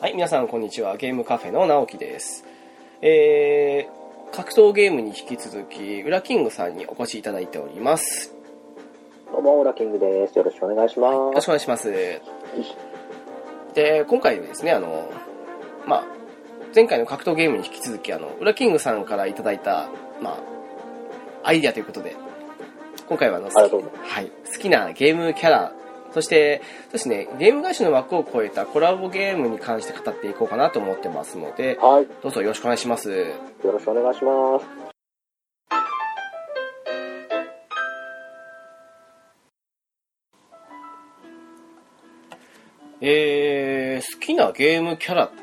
はい、皆さんこんにちは。ゲームカフェの直樹です。えー、格闘ゲームに引き続き、ウラキングさんにお越しいただいております。よどうも、オラキングです。よろしくお願いしまろしす。くお願いします。で、今回ですね、あの、まあ、前回の格闘ゲームに引き続き、あの、ウラキングさんからいただいた、まあ、アイディアということで、今回はあの、好きありがとうございはい、好きなゲームキャラ、そして、そうですね、ゲーム会社の枠を超えたコラボゲームに関して語っていこうかなと思ってますので、はい、どうぞよろしくお願いします。よろしくお願いします。えー、好きなゲームキャラと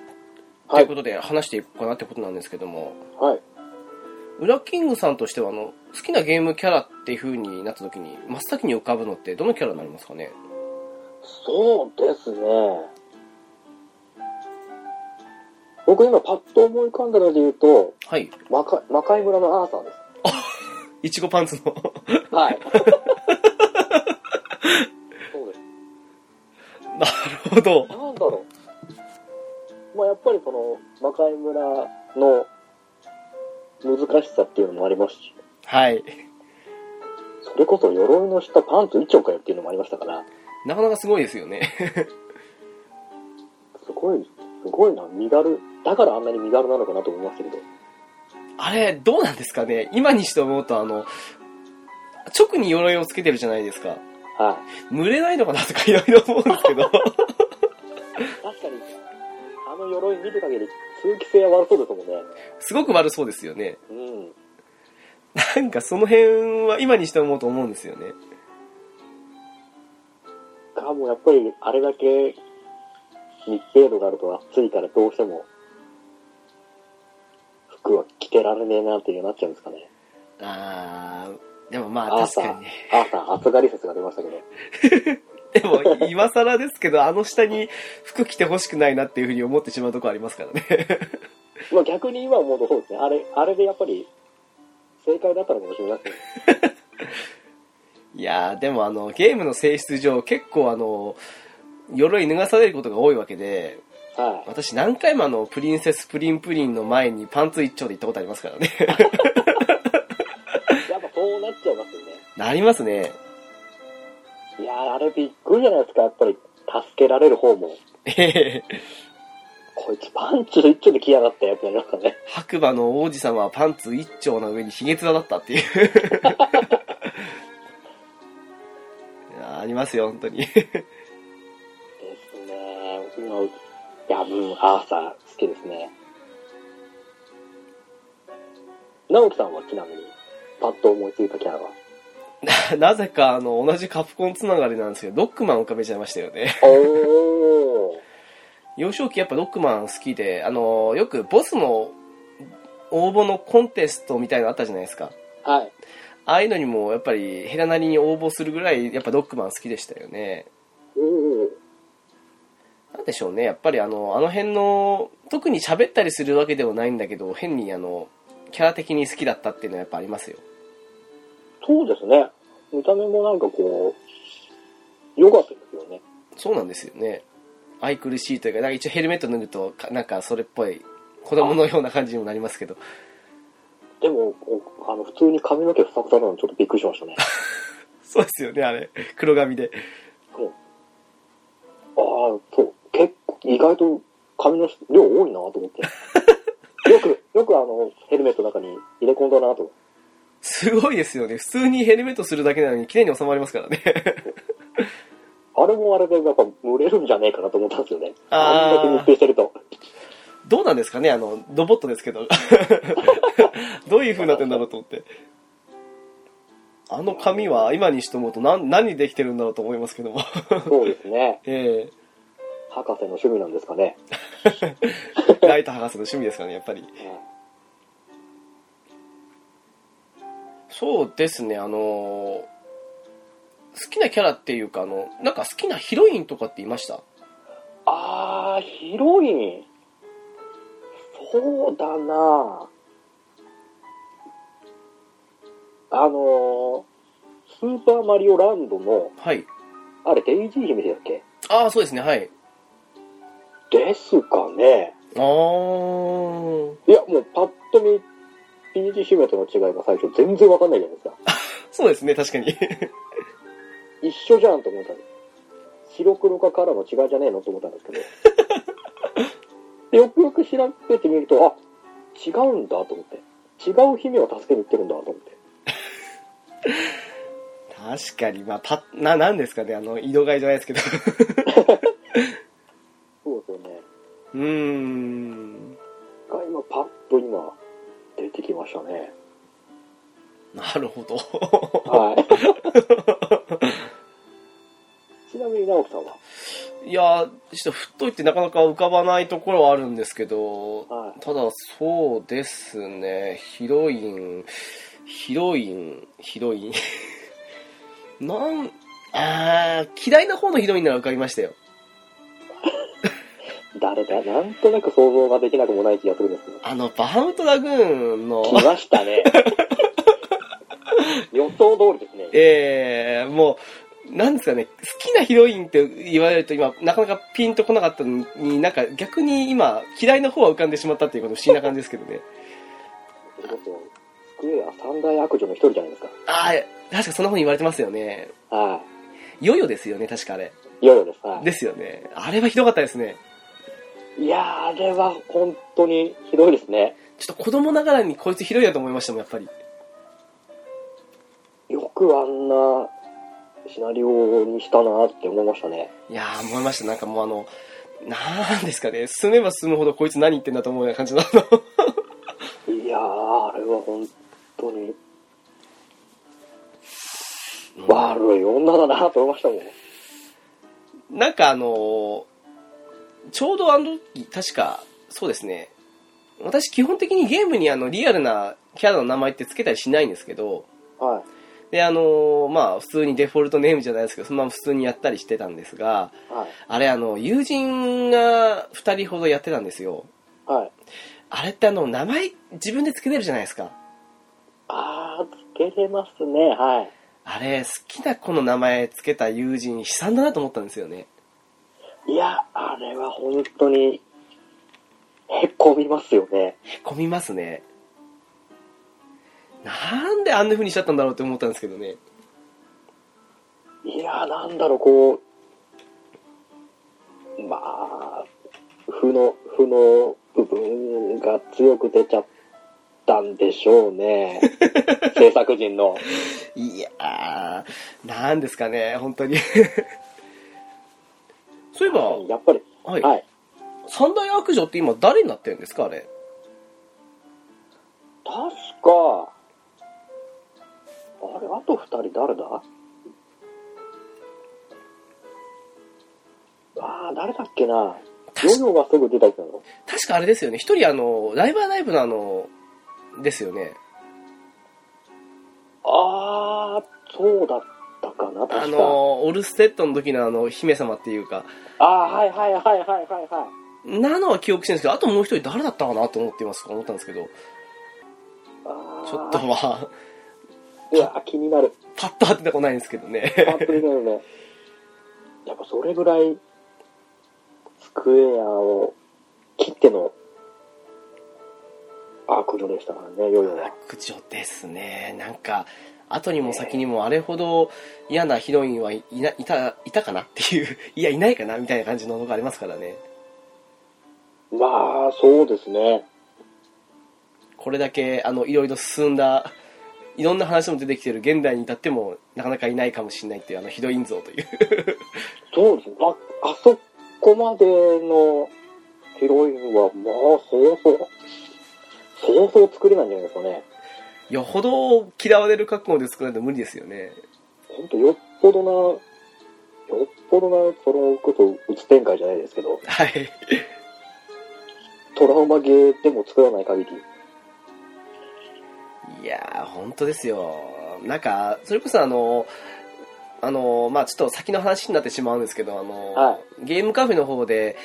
はいういこ、とで話していこうかなってことなんですけども、はい。ウラキングさんとしてはあの好きなゲームキャラっていう風になった時に真っ先に浮かぶのってどのキャラになりますかねそうですね。僕今パッと思い浮かんだので言うと、はい魔界魔界村のアーサーでいちごパンツのす。はい。 そうなです。るほどなんだろう。まあやっぱりこの魔界村の難しさっていうのもありますし、はいそれこそ鎧の下パンツ一丁かよっていうのもありましたから、なかなかすごいですよねすごい、すごいな、身軽。だからあんなに身軽なのかなと思いますけれど。あれどうなんですかね今にして思うとあの直に鎧をつけてるじゃないですかはい。濡れないのかなとかいろいろ思うんですけ ど確かに、あの鎧見る限り、通気性は悪そうですもんね。すごく悪そうですよねうん。なんかその辺は今にして思うと思うんですよねか、もうやっぱり、あれだけ、密閉度があると暑いからどうしても、服は着てられねえなっていうなっちゃうんですかね。あーでもまあアー確サかーにね、アーサー、暑がり説が出ましたけど。でも今更ですけどあの下に服着てほしくないなっていうふうに思ってしまうとこありますからね まあ逆に今思うとそうですね。あれ、あれでやっぱり、正解だったのかもしれないですね。いやーでもあのゲームの性質上結構あの鎧脱がされることが多いわけではい。私何回もあのプリンセスプリンプリンの前にパンツ一丁で行ったことありますからね やっぱそうなっちゃいますよね。なりますね いやー、あれびっくりじゃないですか、やっぱり。助けられる方も。ええこいつパンツ一丁で来やがったやつやりましたね。白馬の王子様はパンツ一丁の上にヒゲ面だったっていう いやーありますよ本当に ですね。僕も、いや、うん、アーサー好きですね。直樹さんはちなみに、パッと思いついたキャラは。な なぜかあの同じカプコンつながりなんですけどロックマンを浮かべちゃいましたよね おー。幼少期やっぱロックマン好きで、あのよくボスの応募のコンテストみたいなのあったじゃないですか。はい。ああいうのにもやっぱりヘラなりに応募するぐらいやっぱロックマン好きでしたよね。うん。なんでしょうね、やっぱりあの、あの辺の、特に喋ったりするわけではないんだけど、変にあの、キャラ的に好きだったっていうのはやっぱありますよ。そうですね。見た目もなんかこう、良かったですよね。そうなんですよね。愛くるしいというか、なんか一応ヘルメット脱ぐと、かなんかそれっぽい、子供のような感じにもなりますけど。でも、こうあの、普通に髪の毛ふさふさなのちょっとびっくりしましたね。そうですよね、あれ。黒髪で。うんああ、そう。結構、意外と髪の量多いなと 思って。よく、よくあの、ヘルメットの中に入れ込んだなと。すごいですよね。普通にヘルメットするだけなのに綺麗に収まりますからね。 あれもあれで、やっぱ、蒸れるんじゃねえかなと思ったんですよね。あーあんだけ密閉してると。どうなんですかねあの、ロボットですけど。 どういう風になってんだろうと思って。あの髪は今にして思うと何、何できてるんだろうと思いますけども。 そうですね。え博士の趣味なんですかね。えライト博士の趣味ですかね、やっぱり。そうですね、あのー好きなキャラっていうか、あの、なんか好きなヒロインとかっていましたああ、ヒロイン。そうだなあのースーパーマリオランドの、はい。あれ、デイジー姫だっけああ、そうですね、はい。ですかね。あー。いや、もうパッと見、ピーチ姫との違いが最初全然わかんないじゃないですか。そうですね、確かに。一緒じゃんと思ったんです。白黒かカラーの違いじゃねえのと思ったんですけど。でよくよく調べてみると、あ、違うんだと思って。違う姫を助けに行ってるんだと思って。確かに、まあ、パッ、な、なんですかね、あの、色替えじゃないですけど。 そうですよね。うーん。が今パッと今出てきましたね。なるほど。 はい。ちなみに直樹さんは、いやー、ちょっとふっといてなかなか浮かばないところはあるんですけど、はいただそうですね、ヒロイン、ヒロイン、ヒロイン。 なん、あー、嫌いな方のヒロインなら浮かびましたよ。誰だなんとなく想像ができなくもない気がするんですけど。あの、バハムトラグーンの、来ました ね。予想通りですね。えー、もう、なんですかね、好きなヒロインって言われると今、なかなかピンとこなかったのに、なんか逆に今、嫌いな方は浮かんでしまったっていうこと不思議な感じですけどね。それこそスクエア三大悪女の一人じゃないです ああ、確かそんな風に言われてますよね。か。はヨヨですよね、確かあれ。い。いよいよです。はですよね。あれはひどかったですね。い。いやー、あれは本当にひどいですね。ちょっと子供ながらにこいつひどいなと思いましたもん、やっぱり。よくあんなシナリオにしたなって思いましたね。いやー、思いました。なんかもうあの、なんですかね、進めば進むほどこいつ何言ってんだと思うような感じの、あの、いやー、あれは本当に 悪い女だなと思いましたもん。なんかあのーちょうどあの時、確か、そうですね。私基本的にゲームにあのリアルなキャラの名前って付けたりしないんですけど、はい。で、あのーまあ普通にデフォルトネームじゃないですけど、そのまま普通にやったりしてたんですが、はい。あれあの、友人が2人ほどやってたんですよ。はい。あれってあの、名前自分で付けれるじゃないですか。あー、つけれますね。はい。あれ、好きな子の名前付けた友人、悲惨だなと思ったんですよね。いや、あれは本当に、へこみますよね。へこみますね。なんであんな風にしちゃったんだろうって思ったんですけどね。いや、なんだろう、こう、まあ、負の、負の部分が強く出ちゃったんでしょう ね。制作陣の。いやー、なんですかね、本当に。 そういえば、やっぱり、はい、はい。三大悪女って今誰になってるんですか、あれ。確か、あれ、あと二人誰だああ、誰だっけな。ヨヨがすぐ出たやつなの確かあれですよね、一人あの、ライバーライブのあの、ですよね。ああ、そうだったかな、確か。あの、オルステッドの時のあの、姫様っていうか、ああ、はいはいはいはいはいはい。なのは記憶してるんですけど、あともう一人誰だったかなと思ってます、思ったんですけど、あーちょっとまあ、うわ、気になる。パッと当ててこないんですけどね。パッとになるね。 やっぱそれぐらい、スクエアを切っての、アークドでしたからね、ヨヨは。悪女ですね。なんか、後にも先にもあれほど嫌なヒロインはいいないた、いたかなっていう、 いや、いないかなみたいな感じののがありますからね。まあ、そうですね。これだけ、あの、いろいろ進んだ、いろんな話も出てきてる現代に至っても、なかなかいないかもしれないっていう、あの、ヒロイン像という。 そうですね。あ、あそこまでのヒロインは、まあ、そうそう、そうそう作れないんじゃないですかね。よほど嫌われる覚悟で作らないと無理ですよね。ほんと、よっぽどな、よっぽどな、そのこそ、うつ展開じゃないですけど、はい。トラウマゲーでも作らない限り。いやー、本当ですよ。なんか、それこそあの、あの、まあちょっと先の話になってしまうんですけど、あの、はゲームカフェの方で、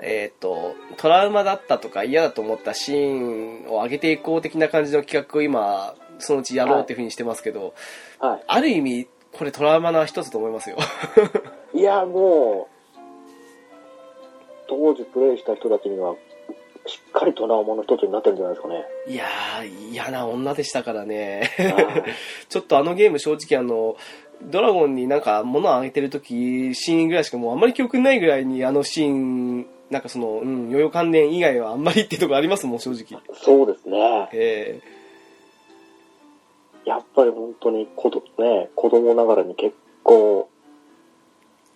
えーっと、トラウマだったとか嫌だと思ったシーンを上げていこう的な感じの企画を今、そのうちやろうっていうふうにしてますけど、はある意味、これトラウマな一つと思いますよ。い。いや、もう、当当時プレイした人たちには、しっかりとなおもの一つになってるんじゃないですか ね。 いやー、嫌な女でしたからね。はい ちょっとあのゲーム正直あの、ドラゴンになんか物をあげてる時シーンぐらいしかもうあんまり記憶ないぐらいにあのシーン、なんかその、うん、余裕関連以外はあんまりっていうとこありますもん、正直。そうですね。えやっぱり本当に子ど、ね、子供ながらに結構、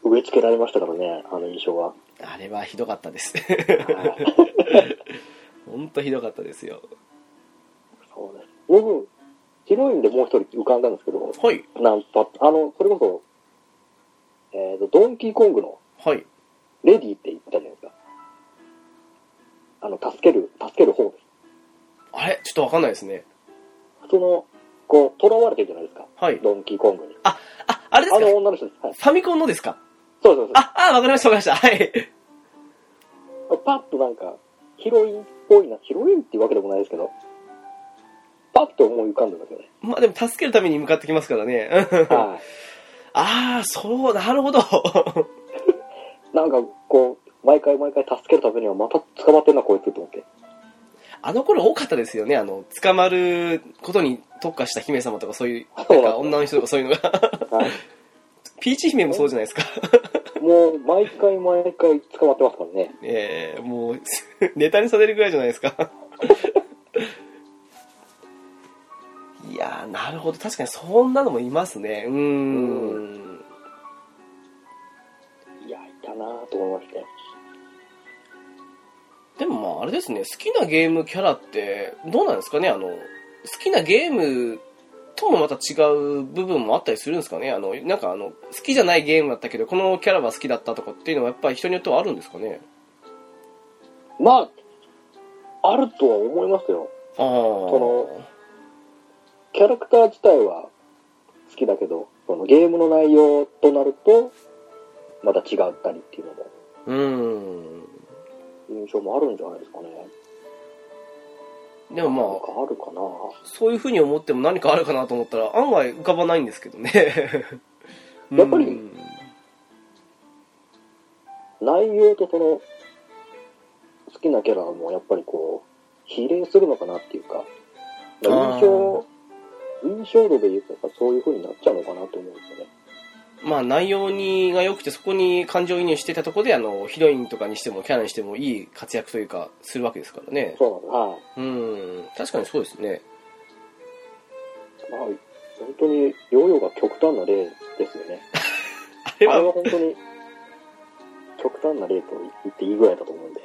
植え付けられましたからね、あの印象は。えあれはひどかったです。はいほんとひどかったですよ。そうです。僕、ヒロインでもう一人浮かんだんですけど、はい、なんパッあの、それこそ、えっ、と、ドンキーコングのはい。レディーって言ったじゃないですか。あの、助ける、助ける方です。あれちょっとわかんないですね。普通の、こう、囚われてるじゃないですか。はい。ドンキーコングに。あ、あれですあかの女の人です。はい。ファミコンのですかそうそうあ、あ、わかりました、わかりました。はい。そう。パッとなんか、ヒロインっぽいな。ヒロインっていうわけでもないですけど、パッと思い浮かんだんですよね。まあでも助けるために向かってきますからね。あはい。 あー、そう、なるほど。 なんかこう、毎回毎回助けるためにはまた捕まってんな、こいつと思って。あの頃多かったですよね、あの、捕まることに特化した姫様とかそういう、そなんうなんかだ女の人とかそういうのが。 はい。ピーチ姫もそうじゃないですか。もう、毎回毎回捕まってますからね。ええもう、 ネタにされるぐらいじゃないですか。 いやー、なるほど。確かにそんなのもいますね。うーん。んいや、いたなぁと思いまして。でもまあ、あれですね、好きなゲームキャラって、どうなんですかね、あの、好きなゲームともまた違う部分もあったりするんですかね、あの、なんかあの、好きじゃないゲームだったけど、このキャラは好きだったとかっていうのはやっぱり人によってはあるんですかね。まあ、あるとは思いますよ。ああ。そキャラクター自体は好きだけど、そのゲームの内容となると、また違ったりっていうのも、うーん。印象もあるんじゃないですかね。でもなんまかあるかなあ、そういうふうに思っても何かあるかなと思ったら、案外浮かばないんですけどね。 やっぱりうん内容とその、好きなキャラもやっぱりこう、比例するのかなっていうか、まああー印象、印象度で言うとやっぱそういう風になっちゃうのかなと思うんですよね。まあ内容にが良くてそこに感情移入してたところであのヒロインとかにしてもキャラにしてもいい活躍というかするわけですからねそうなんです。はい。うん確かにそうですねまあ、本当に、ヨーヨーが極端な例ですよね。ああれれはは本当に、極端な例と言っていいぐらいだと思うんで。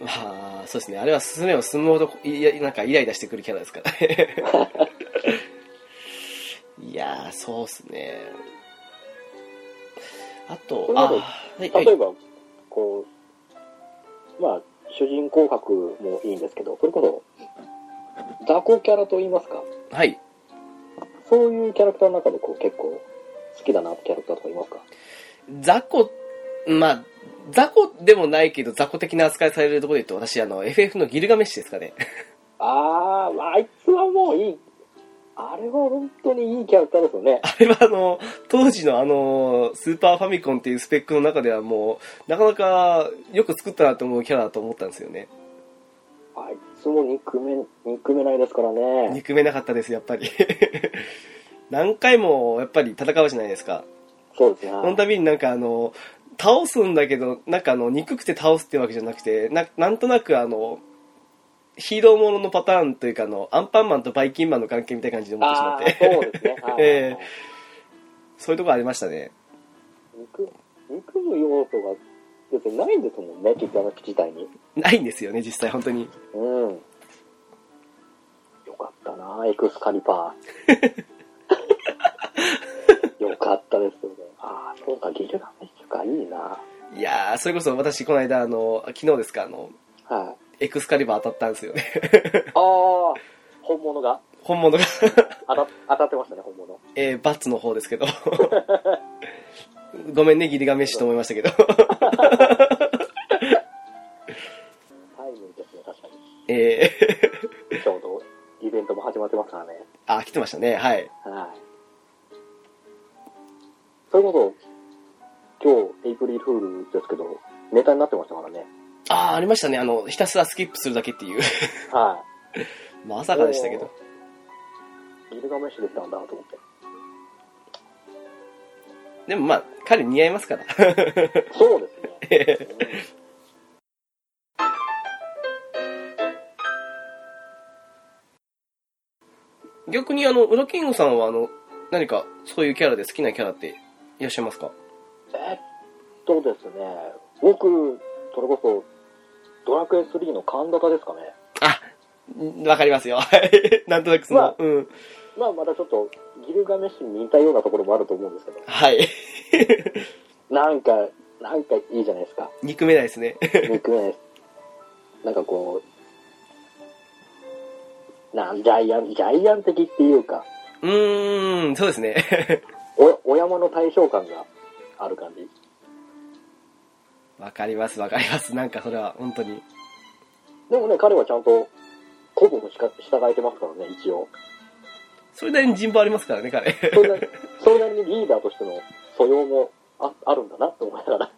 まあそうですねあれは進めば進むほどいやなんかイライラしてくるキャラですから ねいやーそうですねあとそれあまではいは例いえば、こう、まあ、主人公格もいいんですけど、それこそ、雑魚キャラと言いますか、はいそういうキャラクターの中でこう結構好きだなってキャラクターとかいますか雑魚まあ雑魚でもないけど雑魚的な扱いされるところで言うと私あの FF のギルガメッシュですかね あー、まあ、あいつはもういい。あれは本当にいいキャラクターですよね。あれはあの、当時のあの、スーパーファミコンっていうスペックの中ではもう、なかなかよく作ったなと思うキャラだと思ったんですよね。あいつも憎め、憎めないですからね。憎めなかったです、やっぱり。 何回もやっぱり戦うじゃないですか。そうです ね。その度になんかあの、倒すんだけど、なんかあの、憎くて倒すってわけじゃなくて、ななんとなくあの、ヒーローもののパターンというかあの、アンパンマンとバイキンマンの関係みたいな感じで思ってしまあっあー、て、そうですね。はいえ そういうところありましたね。憎憎む要素が別にないんですもんね、結局あの木自体に。ないんですよね、実際本当に。うん。よかったな、エクスカリパー。よかったですよね。ああ、そうか、ギルガメッシュか、いいな。いやー、それこそ私、この間、あの、昨日ですか、あの、はい。エクスカリバー当たったんですよね。 ああ、本物が本物が、当た当たってましたね、本物。えー、バッツの方ですけど。 ごめんね、ギリガメッシュと思いましたけど。 タイムリーですね、確かえー、に。ちょうど、イベントも始まってますからね。あ、来てましたね、はい。はい。それこそ、今日、エイプリルフールですけど、ネタになってましたからね。ああ、ありましたね。あの、ひたすらスキップするだけっていう。はまさかでしたけど。い。ギルガメッシュできたんだと思って。でもまあ、彼似合いますから。 そうですね。逆にあの、ウラキングさんはあの、何かそういうキャラで好きなキャラっていらっしゃいますかえっとですね、僕、それこそ、ドラクエ3の神高ですかね。あ、んわかりますよ。 はいなんとなくその、まあうん。まあ、まだちょっと、ギルガメッシュに似たようなところもあると思うんですけど、はい。 なんか、なんかいいじゃないですか。憎めないですね。憎めないです。なんかこう、なんジャイアン、ジャイアン的っていうか、 うーん、そうですね。 お、お山の対象感がある感じ。わかります、わかります。なんかそれは本当に。でもね、彼はちゃんと、個々もしか従えてますからね、一応。それなりに人望ありますからね、彼。 それなりそれなりにリーダーとしての素養もああるんだなって思いながら。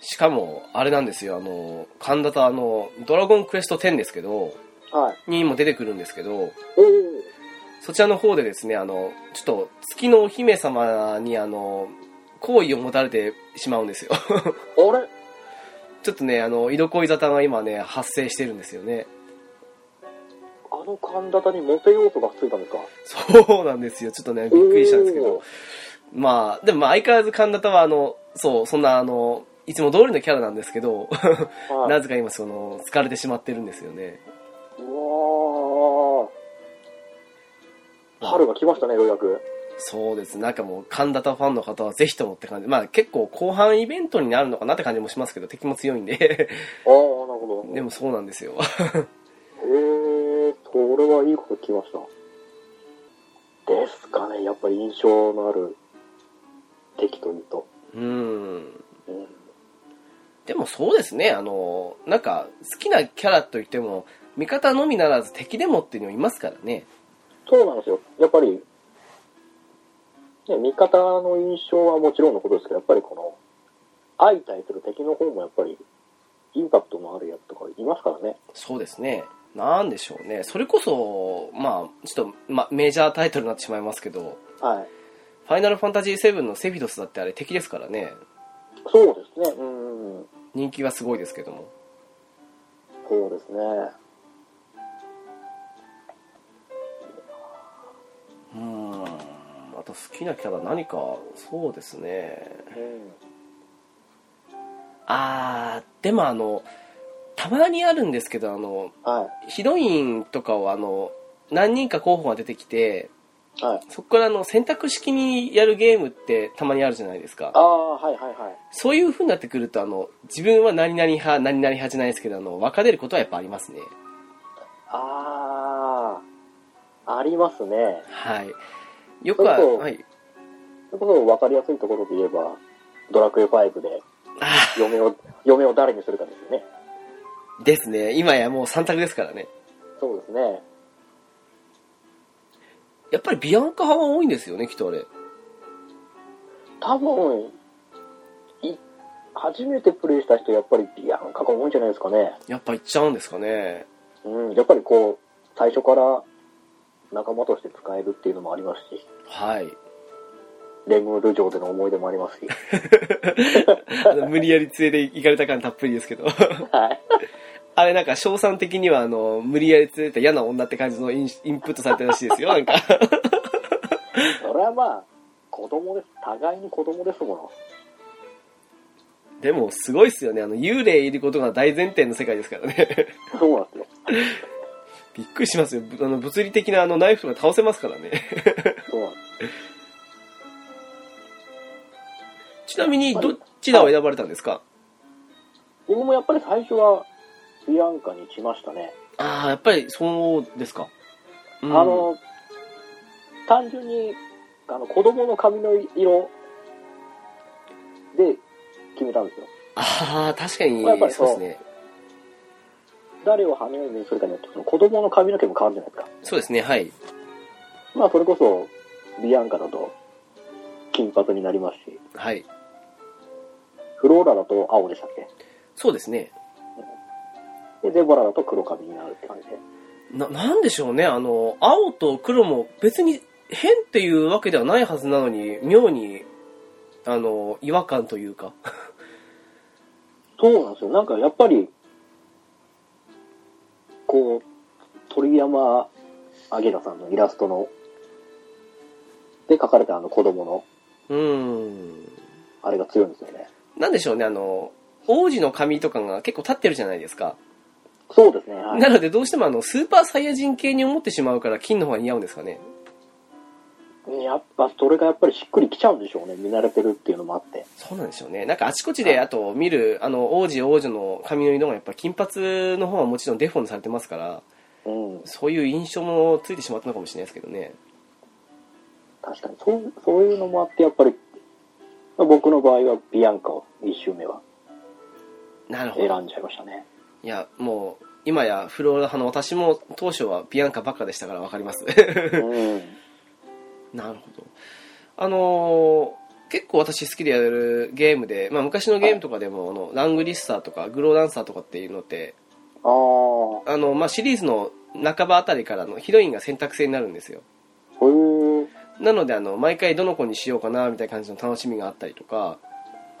しかも、あれなんですよ、あの、神田とあの、ドラゴンクエスト10ですけど、はい。にも出てくるんですけど、おお。そちらの方でですね、あの、ちょっと、月のお姫様に、あの、好意を持たれてしまうんですよ。 あれちょっとね、あの、色恋沙汰が今ね、発生してるんですよね。あの神田にモテ要素がついたんですかそうなんですよ。ちょっとね、びっくりしたんですけおどー。まあ、でもまあ相変わらず神田とは、あの、そう、そんな、あの、いつも通りのキャラなんですけど、は い。なぜか今、その、疲れてしまってるんですよね。うわー。春が来ましたね、ようやく。そうです。なんかもう、神田とファンの方はぜひともって感じ。まあ結構後半イベントになるのかなって感じもしますけど、敵も強いんで。 ああ、なるほど。でもそうなんですよ。 へえ、それはいいこと聞きました。ですかね、やっぱり印象のある敵というと。うん。うん、でもそうですね、あの、なんか、好きなキャラといっても、味方のみならず敵でもっていうのもいますからね。そうなんですよ。やっぱり、ね、味方の印象はもちろんのことですけど、やっぱりこの、相対する敵の方もやっぱり、インパクトのあるやつとかいますからね。そうですね。なんでしょうね。それこそ、まあ、ちょっと、ま、メジャータイトルになってしまいますけど、はい。ファイナルファンタジー7のセフィドスだってあれ敵ですからね。そうですね。うん。人気はすごいですけども。そうですね。うーん。あと好きなキャラ何か、そうですね。うん。あー、でもあの、たまにあるんですけど、あの、はヒロインとかをあの、何人か候補が出てきて、い。はい。そこからあの選択式にやるゲームってたまにあるじゃないですか。ああ、はいはいはい。そういう風になってくると、あの、自分は何々派、何々派じゃないですけど、あの、分かれることはやっぱありますね。ああ、ありますね。はい。よくは、そうそうはい。それこそ分かりやすいところで言えば、ドラクエ5であ嫁を、嫁を誰にするかですよね。ーですね。今やもう3択ですからね。そうですね。やっぱりビアンカ派は多いんですよね、きっとあれ。多分、い、初めてプレイした人、やっぱりビアンカが多いんじゃないですかね。やっぱ行っちゃうんですかね。うん、やっぱりこう、最初から仲間として使えるっていうのもありますし、はい。レムル城での思い出もありますし。あの無理やり連れて行かれた感たっぷりですけど。はい。あれなんか、賞賛的には、あの、無理やり連れてった嫌な女って感じのインインプットされたらしいですよ、なんか。それはまあ、子供です。互いに子供ですもの。でも、すごいっすよね。あの、幽霊いることが大前提の世界ですからね。 そうなんですよ。びっくりしますよ。ぶあの、物理的なあの、ナイフとか倒せますからね。 そうなんです。ちなみに、どちらを選ばれたんですか僕もやっぱり最初はビアンカに来ましたね、ああ、やっぱり、そうですか。うんあ、の単純にあの子供の髪の色で決めたんですよああ、確かにまあやっぱ、りそうそうですね。誰を花嫁にするかによってその子供の髪の毛も変わるじゃないですそうですね、はい。かまあそれこそビアンカだと金髪になりますしはい。フローラだと青でしたっけそうですね。で、デボラだと黒髪になるって感じで。な、なんでしょうね、あの、青と黒も別に変っていうわけではないはずなのに、妙に、あの、違和感というか。そうなんですよ。なんかやっぱり、こう、鳥山明さんのイラストの、で描かれたあの子供の、うん。あれが強いんですよね。なんでしょうね、あの、王子の髪とかが結構立ってるじゃないですか。そうですね。はいなのでどうしてもあの、スーパーサイヤ人系に思ってしまうから金の方が似合うんですかね。やっぱそれがやっぱりしっくりきちゃうんでしょうね見慣れてるっていうのもあってそうなんでしょうね。なんかあちこちで、あと見る、あの、王子王女の髪の色がやっぱ金髪の方はもちろんデフォンされてますから、うんそういう印象もついてしまったのかもしれないですけどね。確かにそうそういうのもあってやっぱり僕の場合はビアンカを1周目はなるほ選ど。んじゃいましたねいや、もう、今やフローラ派の私も当初はビアンカばっかでしたからわかります。うんなるほど。あのー結構私好きでやるゲームで、まあ昔のゲームとかでも、あの、ラングリッサーとかグローダンサーとかっていうのって、あああの、まあシリーズの半ばあたりからのヒロインが選択制になるんですよ。そういうなので、あの、毎回どの子にしようかな、みたいな感じの楽しみがあったりとか、あ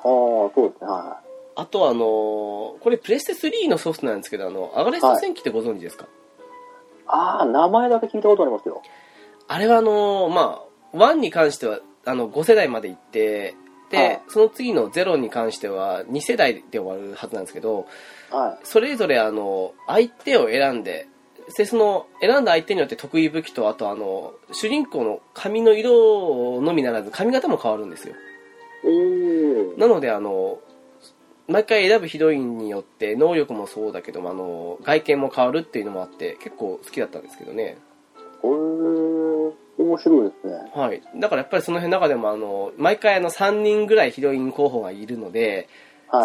あそうですねはあとはあのーこれプレステ3のソフトなんですけど、あの、アガレスト戦記ってご存知ですか、いああ名前だけ聞いたことありますよあれはあのーまあ、1に関しては、あの、5世代まで行って、で、はいその次の0に関しては2世代で終わるはずなんですけど、はそれぞれあの相手を選んででその選んだ相手によって得意武器とあとあの主人公の髪の色のみならず髪型も変わるんですよいおなのであの毎回選ぶヒロインによって能力もそうだけどもあの外見も変わるっていうのもあって結構好きだったんですけどねおお面白いですねはいだからやっぱりその辺の中でもあの毎回あの3人ぐらいヒロイン候補がいるので、はい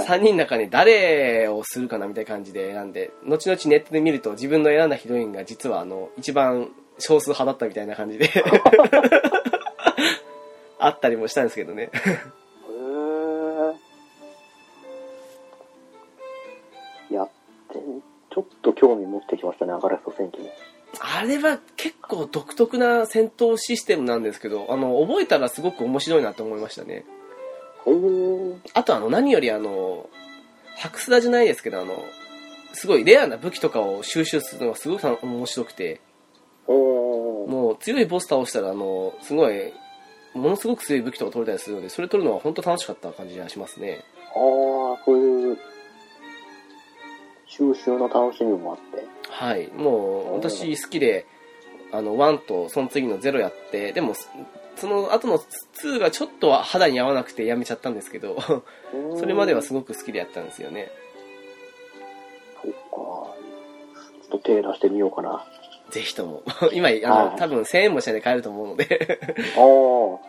3人の中に誰をするかなみたいな感じで選んで後々ネットで見ると自分の選んだヒロインが実はあの一番少数派だったみたいな感じ であったりもしたんですけどねへえやってちょっと興味持ってきましたねアガレスト戦記もあれは結構独特な戦闘システムなんですけどあの覚えたらすごく面白いなと思いましたねへえあとあの何よりあの白砂じゃないですけどあのすごいレアな武器とかを収集するのがすごく楽面白くておーもう強いボス倒したらあのすごいものすごく強い武器とか取れたりするのでそれ取るのは本当楽しかった感じがしますねああそういう収集の楽しみもあってはいもう私好きであの1とその次の0やってでもそその後の2がちょっとは肌に合わなくてやめちゃったんですけど それまではそすごく好きでやったんですよねっかちょっと手出してみようかなあぜひとも 今あはのい多分1000円もしないで買えると思うのであそ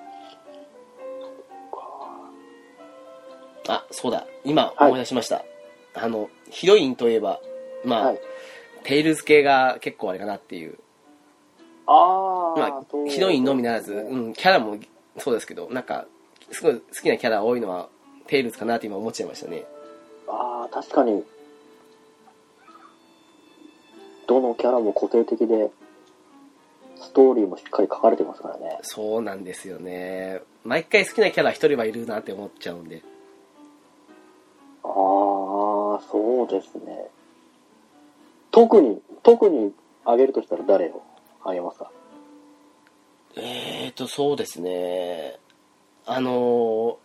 っか あそうだ今思い出しました、あのヒロインといえばまあ、はいテイルズ系が結構あれかなっていうあまあ、あそう、ヒロインのみならず、ですねうん、キャラもそうですけど、なんか、すごい好きなキャラ多いのは、テイルズかなって今思っちゃいましたね。ああ確かにどのキャラも固定的でストーリーもしっかり書かれてますからねそうなんですよね。毎回好きなキャラ一人はいるなって思っちゃうんで。ああそうですね特に特にあげるとしたら誰をあげますかえーと、そうですね。あのー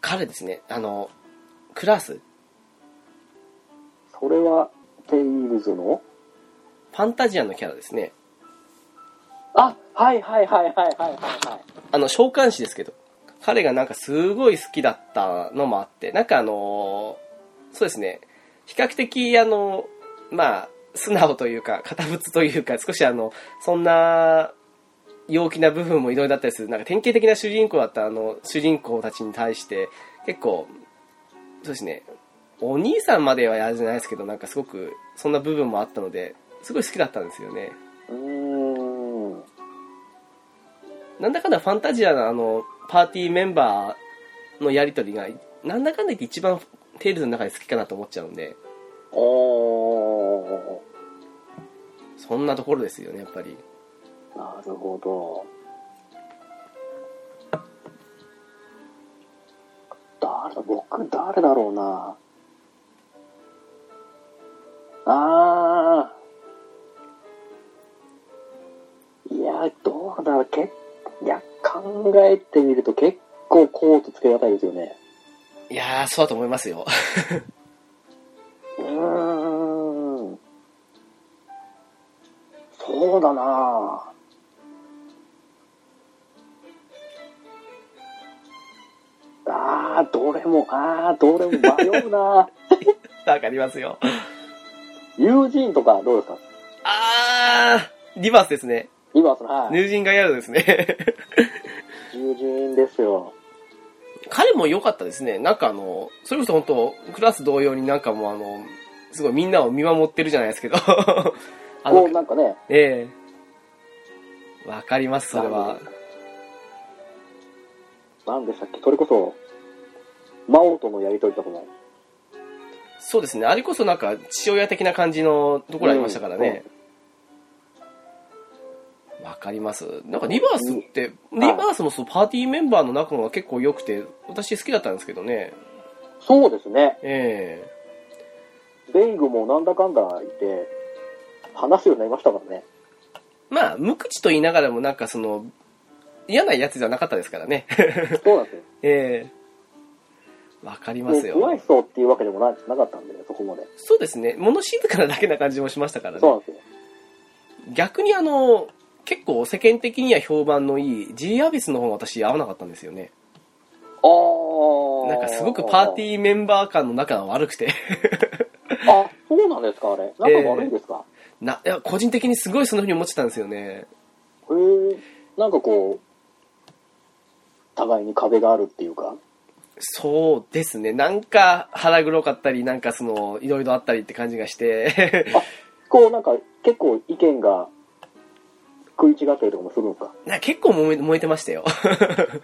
彼ですね、あの、クラス、それはテイルズのファンタジアンのキャラですね。あはいはいはいはいはいはいはいあの、召喚師ですけど、彼がなんかすごい好きだったのもあって、なんかあのーそうですね、比較的あのまあ、素直というか、堅物というか、少しあの、そんな、陽気な部分もいろいろだったりする、なんか典型的な主人公だったあの、主人公たちに対して、結構、そうですね、お兄さんまではやるじゃないですけど、なんかすごく、そんな部分もあったので、すごい好きだったんですよね。うーんなんだかんだファンタジアのあのパーティーメンバーのやり取りがなんだかんだ言って一番テイルズの中で好きかなと思っちゃうんであーそんなところですよねやっぱりなるほど。誰だ、僕、誰だろうな。あー。いや、どうだろう、けいや、考えてみると結構コートつけがたいですよね。いやーそうだと思いますようーん。そうだなああ、どれも、ああ、どれも迷 うなわかりますよユージーンとかどうですかあーリバースですね 今その、はい。ニュージンガイアードですね ユージーンですよ。彼も良かったですねなんかあのそれこそ本当クラス同様になんかもうあのすごいみんなを見守ってるじゃないですけど あこのう、なんかね、ええわかりますそれはなんでしたっけ、それこそ、魔王とのやりとりとかも。そうですねあれこそなんか父親的な感じのところありましたからねわ、かりますなんかリバースって、んリバースもそのパーティーメンバーの中のが結構良くて私好きだったんですけどねそうですね。えベイグもなんだかんだいて、話すようになりまし たからね。えまあ無口と言いながらもなんかその嫌なやつじゃなかったですからね そうなんですよ。ええわかりまもうす怖いよ人っていうわけでもななかったんで、そこまで。そうですね物静かなだけな感じもしましたからねそうなんですよ。逆にあの結構世間的には評判のいい G アビスの方が私合わなかったんですよねあなんかすごくパーティー。ィーメンバー感の仲が悪くて あ、そうなんですか、あれ。なんか悪いんですか。ないや個人的にすごいそのふうに思ってたんですよねへえ。なんかこう、互いに壁があるっていうか。そうですねなんか腹黒かったりなんかそのいろいろあったりって感じがして こう、なんか結構意見が食い違ったりとかもするんですか。な結構燃え燃えてましたよ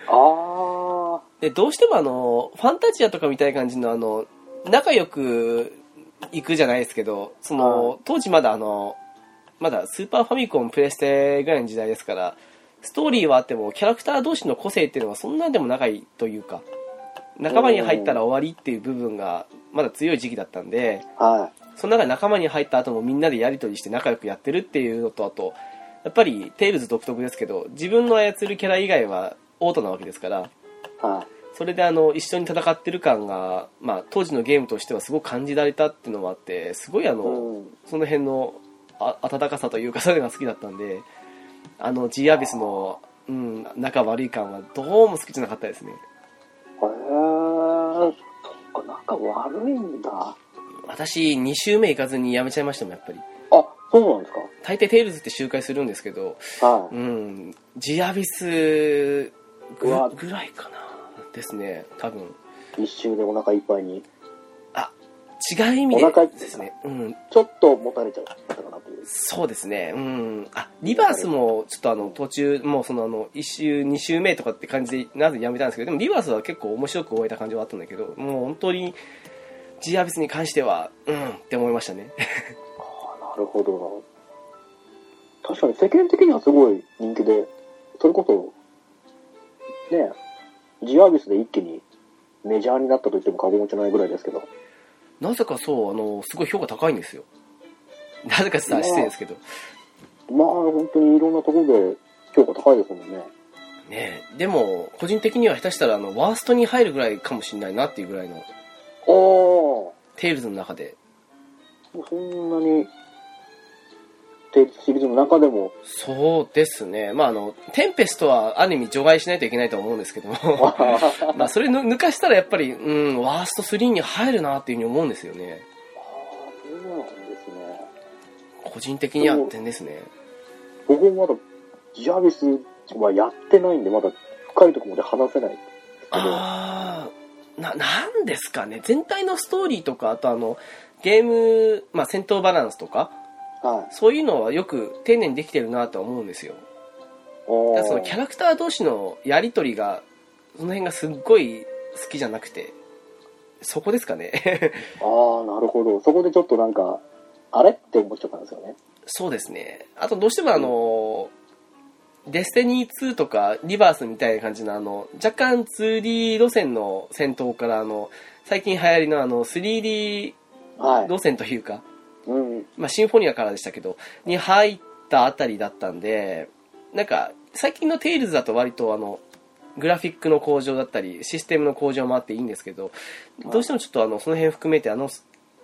あでどうしてもあのファンタジアとかみたいな感じのあの仲良く行くじゃないですけどそはの当時まだあのまだスーパーファミコンプレステぐらいの時代ですからストーリーはあってもキャラクター同士の個性っていうのはそんなんでも仲いいというか仲間に入ったら終わりっていう部分がまだ強い時期だったんであ。はい。その中で仲間に入った後もみんなでやり取りして仲良くやってるっていうのとあとやっぱりテイルズ独特ですけど自分の操るキャラ以外はオートなわけですからはい。それであの一緒に戦ってる感が、まあ、当時のゲームとしてはすごく感じられたっていうのもあってすごいあの、うん。その辺のあ温かさというかそういうのが好きだったんであの G アビスの、うん、仲悪い感はどうも好きじゃなかったですねへえ。そっか、仲悪いんだ。あ、私2周目行かずにやめちゃいましたもんやっぱりそうなんです大抵テイルズって周回するんですけどか。はうん G アビスぐうわぐらいかなですね多分い。一周でお腹いっぱいに。違う意味でお腹ですね、うん、ちょっともたれちゃったかなという。そうですね、うん、あリバースもちょっとあの途中、もうそのあの1周、2周目とかって感じで、なぜやめたんですけど、でもリバースは結構面白く終えた感じはあったんだけど、もう本当に、ジアビスに関しては、うんって思いましたね。 なるほどな。確かに世間的にはすごい人気で、それこそ、ねえ、ジアービスで一気にメジャーになったと言っても過言じゃないぐらいですけど、なぜかそう、あのすごい評価高いんですよ。なぜかさ、失礼ですけど。まあ本当にいろんなところで評価高いですもんね。ねえでも、個人的には下手したらあのワーストに入るぐらいかもしれないなっていうぐらいの、ああ、もテイルズの中で、うそんなに、テイルズシリーズの中でも、そうですね、まああの、テンペストはある意味除外しないといけないとは思うんですけども。 まあそれぬ抜かしたらやっぱり、うん、ワースト3に入るなっていうふうに思うんですよね。ああ、そうなんですね。個人的には点ですね。僕もまだジアービスはやってないんで、まだ深いところまで話せないですけど。ああ、な、なんですかね。全体のストーリーとか、あとあの、ゲーム、まあ戦闘バランスとか、はい。そういうのはよく丁寧にできてるなとは思うんですよ。おたーだそのキャラクター同士のやりとりが、その辺がすっごい好きじゃなくて、そこですかね。ああ、なるほど。そこでちょっとなんか、あれって思っちゃったんですよね。そうですね。あとどうしてもあの、デスティニー2とかリバースみたいな感じのあの、若干 2D 路線の戦闘からあの、最近流行りのあの 3D はい。路線というか、うん。まあシンフォニアからでしたけど、に入ったあたりだったんで、なんか最近のテイルズだと割とあの、グラフィックの向上だったり、システムの向上もあっていいんですけど、どうしてもちょっとあの、その辺含めてあの、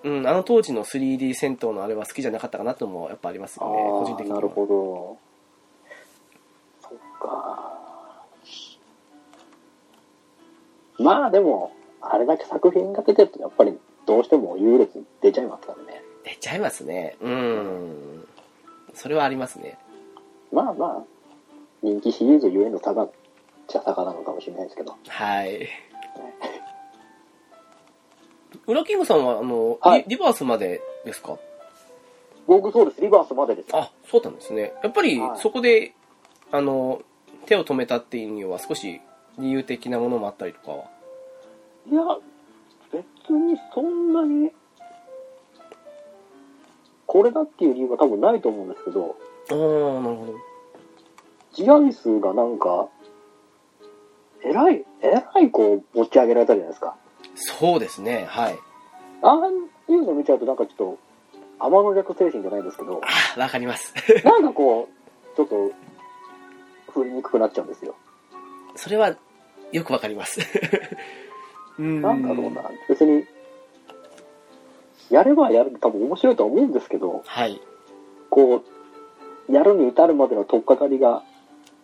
うん、あの当時の 3D 戦闘のあれは好きじゃなかったかなともやっぱありますあよね、個人的あ、には。なるほど。そっか。まあでも、あれだけ作品が出てると、やっぱりどうしても優劣出ちゃいますからね。出ちゃいますねうんそれはありますねまあまあ、人気シリーズゆえの差が、じゃ差がなのかもしれないですけど。はい裏キングさんはあの、はいリリバースまでですか僕そうです、リバースまでです。あそうなんですねやっぱりはいそこで、あの手を止めたっていうには少し理由的なものもあったりとかはいや、別にそんなに、これだっていう理由は多分ないと思うんですけど、ああなるほどジアリスがなんか、えらい、えらいこう持ち上げられたじゃないですか。そうですねはいああいうの見ちゃうとなんかちょっと、天の弱精神じゃないですけど、 あわかりますなんかこう、ちょっと、振りにくくなっちゃうんですよ。それはよくわかります うんなんだろうな、別に、やればやるで多分面白いとは思うんですけど、はいこう、やるに至るまでの取っかかりが、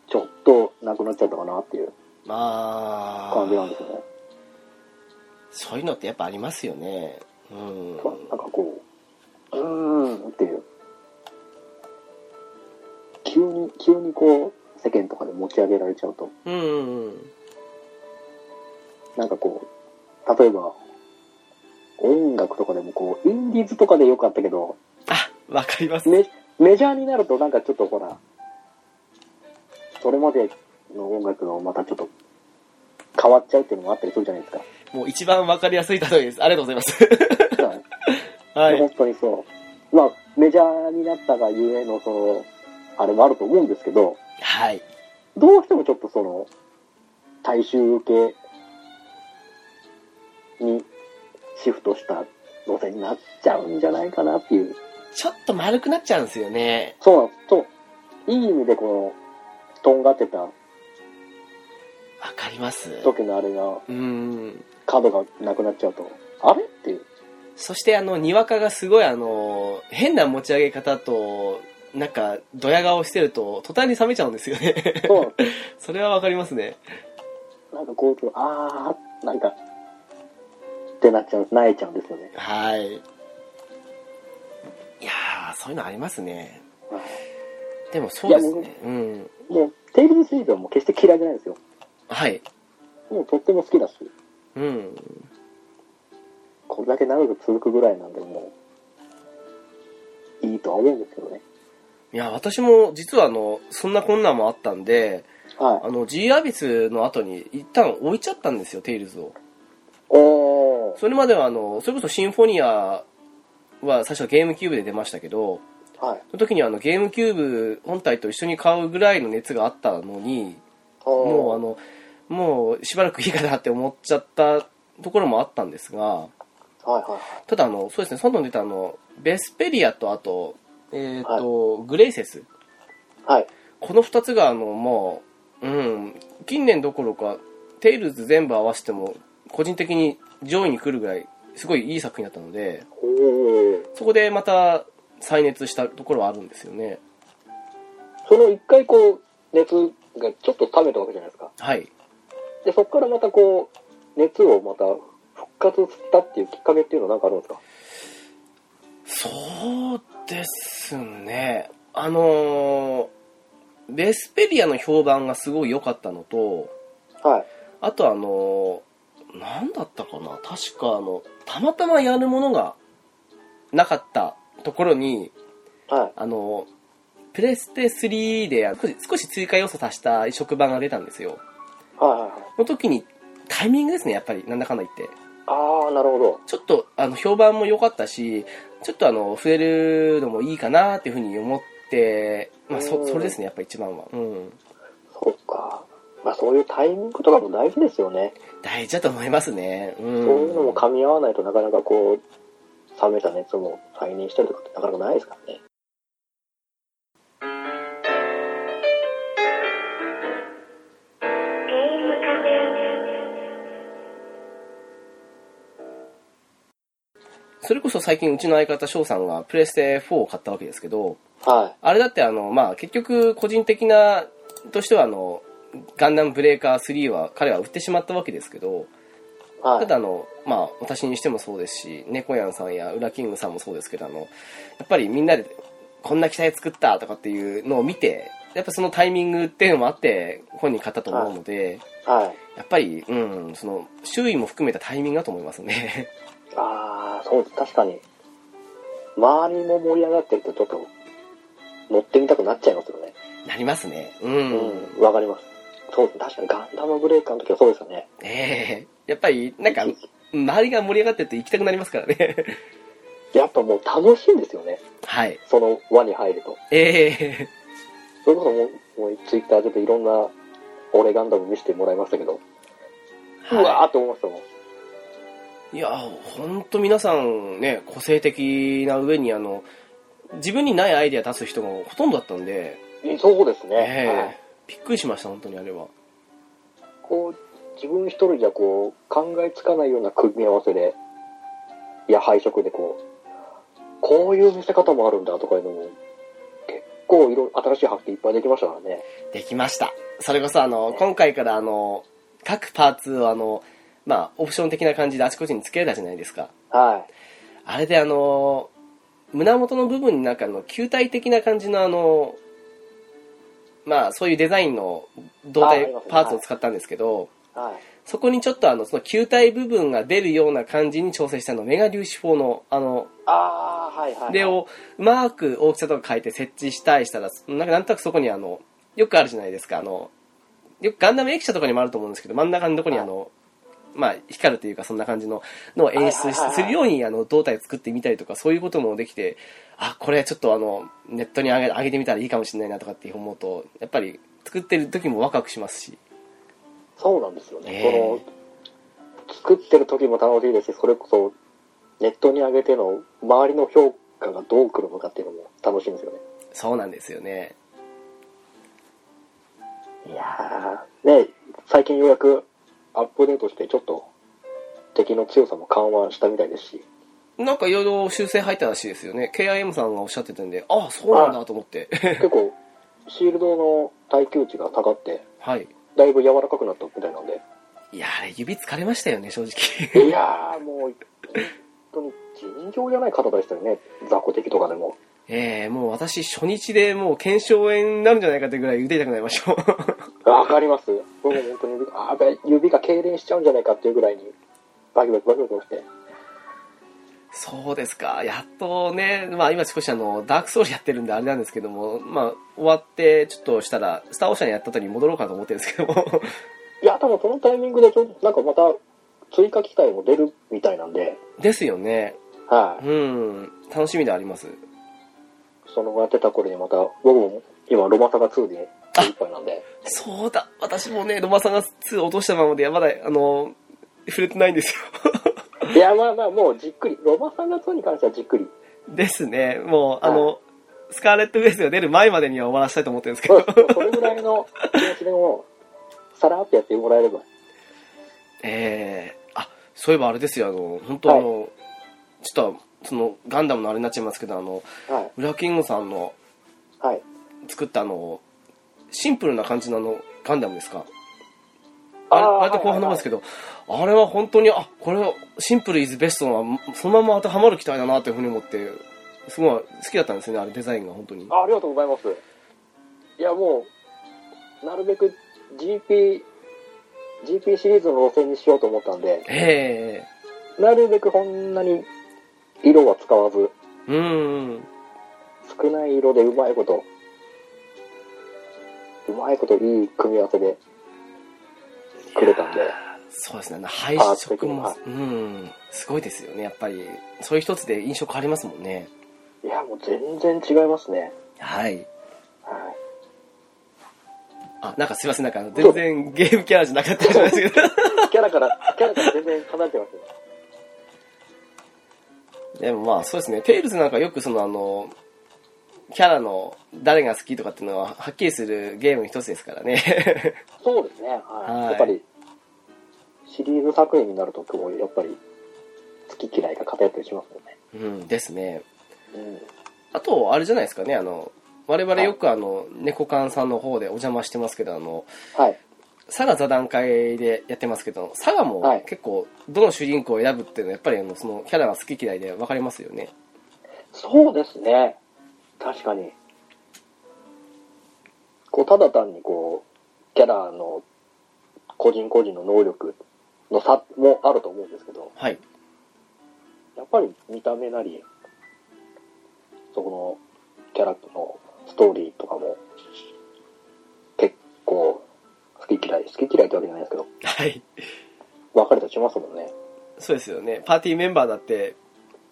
ちょっとなくなっちゃったかなっていうまあ感じなんですよね。そういうのってやっぱありますよね。うん。なんかこう、うーんっていう。急に、急にこう、世間とかで持ち上げられちゃうと、うんうんうん。なんかこう、例えば、音楽とかでもこう、インディーズとかでよかったけど、あ、わかります。メメジャーになるとなんかちょっとほら、それまでの音楽のまたちょっと変わっちゃうっていうのもあったりするじゃないですか。もう一番わかりやすい例えです。ありがとうございます。 は本い。当にそう。まあ、メジャーになったがゆえの、その、あれもあると思うんですけど、はい。どうしてもちょっとその、大衆受けにシフトした路線になっちゃうんじゃないかなっていう。ちょっと丸くなっちゃうんですよね。そうなんです。そう。いい意味でこの、とんがってたわかります。時のあれが、うん。角がなくなっちゃうと、あれっていう。そしてあの、にわかがすごいあの、変な持ち上げ方と、なんか、ドヤ顔してると、途端に冷めちゃうんですよね。 そうなんです。それはわかりますね。なんかこう、あー、なんか、ってなっちゃう、泣いちゃうんですよね。はい。いやー、そういうのありますね。でもそうですね。うん。もう、テーブルシリーズはもう決して嫌いじゃないですよ。はい。もうとっても好きだし、うん。これだけ長く続くぐらいなんで、もう、いいとは思うんですけどね。いや、私も実はあの、そんな困難もあったんで、はい。あの、G アビスの後に一旦置いちゃったんですよ、テイルズを。おー。それまではあの、それこそシンフォニアは最初ゲームキューブで出ましたけど、はい。その時にあの、ゲームキューブ本体と一緒に買うぐらいの熱があったのに、もうあの、もうしばらくいいかなって思っちゃったところもあったんですが、あの、はいはい。ただあの、そうですね、その出たあの、ベスペリアとあと、えっ、と、グレイセス。はい。この2つがあのもう、うん、近年どころかテイルズ全部合わせても個人的に上位に来るぐらいすごいいい作品だったのでおー。そこでまた再熱したところはあるんですよねその一回こう、熱がちょっと冷めたわけじゃないですか。はいで、そこからまたこう、熱をまた復活したっていうきっかけっていうのはなんかあるんですかそうですねあのーベスペリアの評判がすごい良かったのとはい。あとあのー、なんだったかな確かあのたまたまやるものがなかったところにはい。あの、プレステ3で少し少し追加要素足した移植版が出たんですよ。はいはいはい。その時にタイミングですね、やっぱり、なんだかんだ言って。ああ、なるほど。ちょっとあの評判も良かったし、ちょっとあの触れるのもいいかなっていうふうに思って、まあうそんそれですね、やっぱ一番は。うん。そうか。まあそういうタイミングとかも大事ですよね。大事だと思いますね。うん。そういうのも噛み合わないとなかなかこう、冷めた熱も再燃したりとかってなかなかないですからね。それこそ最近うちの相方翔さんがプレステ4を買ったわけですけど、はい。あれだってあの、まあ結局個人的な、としてはあの、ガンダムブレーカー3は彼は売ってしまったわけですけど、はい。ただあの、まあ、私にしてもそうですし、猫やんさんやウラキングさんもそうですけど、あの、やっぱりみんなで、こんな機体作ったとかっていうのを見て、やっぱそのタイミングっていうのもあって、本人買ったと思うので、はい。やっぱり、うん、その、周囲も含めたタイミングだと思いますね。 ああ、そうです。確かに。周りも盛り上がってるとちょっと、乗ってみたくなっちゃいますよね。なりますね。うん。うん。わかります。そうです。確かにガンダムブレイカーの時はそうですよね。ええやっぱり、なんか、周りが盛り上がってると行きたくなりますからね。 やっぱもう楽しいんですよね。はい。その輪に入ると。ええそれこそもう、もうツイッターでいろんな、俺ガンダム見せてもらいましたけど、うわーって思いましたもん。いや、ほんと皆さんね、個性的な上に、あの、自分にないアイデア出す人がほとんどだったんで、そうですね。ええはいびっくりしました、本当にあれは。こう、自分一人じゃこう、考えつかないような組み合わせで、いや、配色でこう、こういう見せ方もあるんだとかいうのも、結構いろ、新しい発見いっぱいできましたからね。できました。それこそ、あの、今回から、あの、各パーツを、あの、まあ、オプション的な感じであちこちに付けたじゃないですか。はい。あれで、あの、胸元の部分になんか、あの、球体的な感じの、あの、まあ、そういうデザインの胴ああ体りますねパーツを使ったんですけど、はい。そこにちょっとあの、その球体部分が出るような感じに調整したの、メガ粒子4の、あの、あー、はいはい、はい。でを、うまく大きさとか変えて設置したりしたら、なんかなんとなくそこにあの、よくあるじゃないですか、あの、よくガンダム駅舎とかにもあると思うんですけど、真ん中のとこにあの、まあ、光るというか、そんな感じの、のを演は出いはいはいはいするように、あの、胴体作ってみたりとか、そういうこともできて、あ、これちょっとあの、ネットに上げ上げてみたらいいかもしれないなとかって思うと、やっぱり、作ってる時もワクワクしますし。そうなんですよね。ええこの、作ってる時も楽しいですし、それこそ、ネットに上げての周りの評価がどう来るのかっていうのも楽しいんですよね。そうなんですよね。いやー、ね、最近ようやくアップデートして、ちょっと敵の強さも緩和したみたいですし、なんかいろいろ修正入ったらしいですよね。KIM さんがおっしゃってたんで、ああ、そうなんだと思って。結構、シールドの耐久値が下がって、はい。だいぶ柔らかくなったみたいなんで、いや、あれ指疲れましたよね、正直。 いやー、もう、本当に尋常じゃない方でしたよね、雑魚敵とかでも。ええもう私初日でもう腱鞘炎になるんじゃないかってぐらい腕痛くなりましたもん。 わかります。僕も本当に指が、あーべ、指が痙攣しちゃうんじゃないかっていうぐらいに、バキバキバキバキ押して。そうですか。やっとね、まあ今少しあの、ダークソウルやってるんであれなんですけども、まあ終わってちょっとしたら、スターオーシャンやった後に戻ろうかと思ってるんですけども。 いや、多分そのタイミングでちょっと、なんかまた、追加機会も出るみたいなんで、ですよね。はい、うん。楽しみであります。そのやってた頃にまた、僕も今、ロマサガ2であいっぱいなんで、そうだ、私もね、ロマサガ2落としたままで、まだ、あの、触れてないんですよ。いや、まあまあ、もうじっくり、ロマサガ2に関してはじっくり、ですね、もう、あはの、スカーレット・ウェイズが出る前までには終わらせたいと思ってるんですけそう ど、それぐらいの気持ちでも、さらっとやってもらえれば、ええあ、そういえばあれですよ、あの、本当あの、ちょっと、その、ガンダムのあれになっちゃいますけど、あの、はい、ウラキングさんのはい。作ったあの、シンプルな感じのあの、ガンダムですかああーれあれって後半の方ですけど、あれは本当に、あ、これはシンプルイズベストな、そのまま当てはまる機体だなというふうに思って、すごい好きだったんですよね、あれデザインが本当に。あありがとうございます。いや、もう、なるべく GP、GP シリーズの路線にしようと思ったんで、えなるべくこんなに色は使わず、えうん。少ない色でうまいこと、うまいこといい組み合わせで作れたんで、そうですね。あの配色もパーツ、うん、すごいですよね。やっぱり、そういう一つで印象変わりますもんね。いや、もう全然違いますね。はい。はあ、なんかすいません。なんかあの全然ゲームキャラじゃなかったじゃないですけど。い。キャラから、 キャラから全然離れてますね。でもまあそうですね、テイルズなんかよくそのあの、キャラの誰が好きとかっていうのははっきりするゲームの一つですからね。 そうですね。はい。はいやっぱり、シリーズ作品になると、こう、やっぱり、好き嫌いが偏ってしますもんね。うん、ですね。うん。あと、あれじゃないですかね、あの、我々よくあの、猫缶さんの方でお邪魔してますけど、あの、はい。佐賀座談会でやってますけど、佐賀はもい結構、どの主人公を選ぶっていうのは、やっぱりあの、その、キャラが好き嫌いで分かりますよね。そうですね。確かに。こう、ただ単にこう、キャラの、個人個人の能力の差もあると思うんですけど、はい。やっぱり見た目なり、そこのキャラのストーリーとかも、結構、好き嫌い、好き嫌いってわけじゃないですけど、はい。分かれたりしますもんね。そうですよね。パーティーメンバーだって、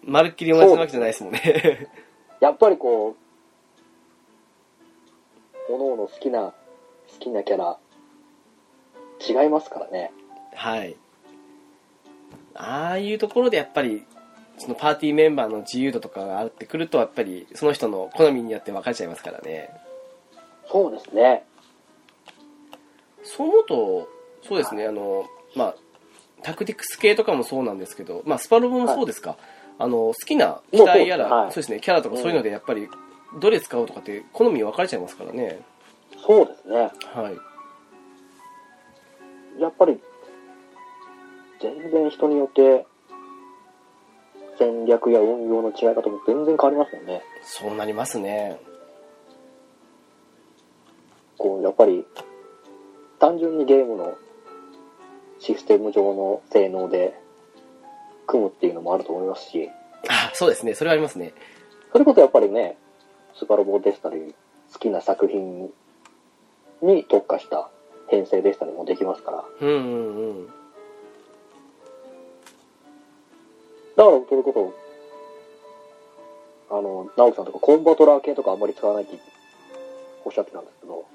まるっきり同じなわけじゃないですもんね。 やっぱりこう、各々好きな、好きなキャラ、違いますからね。はい。ああいうところでやっぱり、そのパーティーメンバーの自由度とかがあってくると、やっぱりその人の好みによって分かれちゃいますからね。そうですね。そう思うと、そうですね、あの、まあ、タクティクス系とかもそうなんですけど、まあ、スパロボもそうですか。あの、好きな機体やら、もうそうはいそうですね、キャラとかそういうので、やっぱり、どれ使おうとかって好み分かれちゃいますからね。そうですね。はい。やっぱり、全然人によって、戦略や運用の違い方も全然変わりますもんね。そうなりますね。こう、やっぱり、単純にゲームのシステム上の性能で組むっていうのもあると思いますし、あ、そうですね、それはありますね。それこそやっぱりね、スパロボでしたり、好きな作品に特化した編成でしたりもできますから、だかうんうんうん。らそれこそ、あの、直樹さんとかコンバトラー系とかあんまり使わないっておっしゃってたんですけど、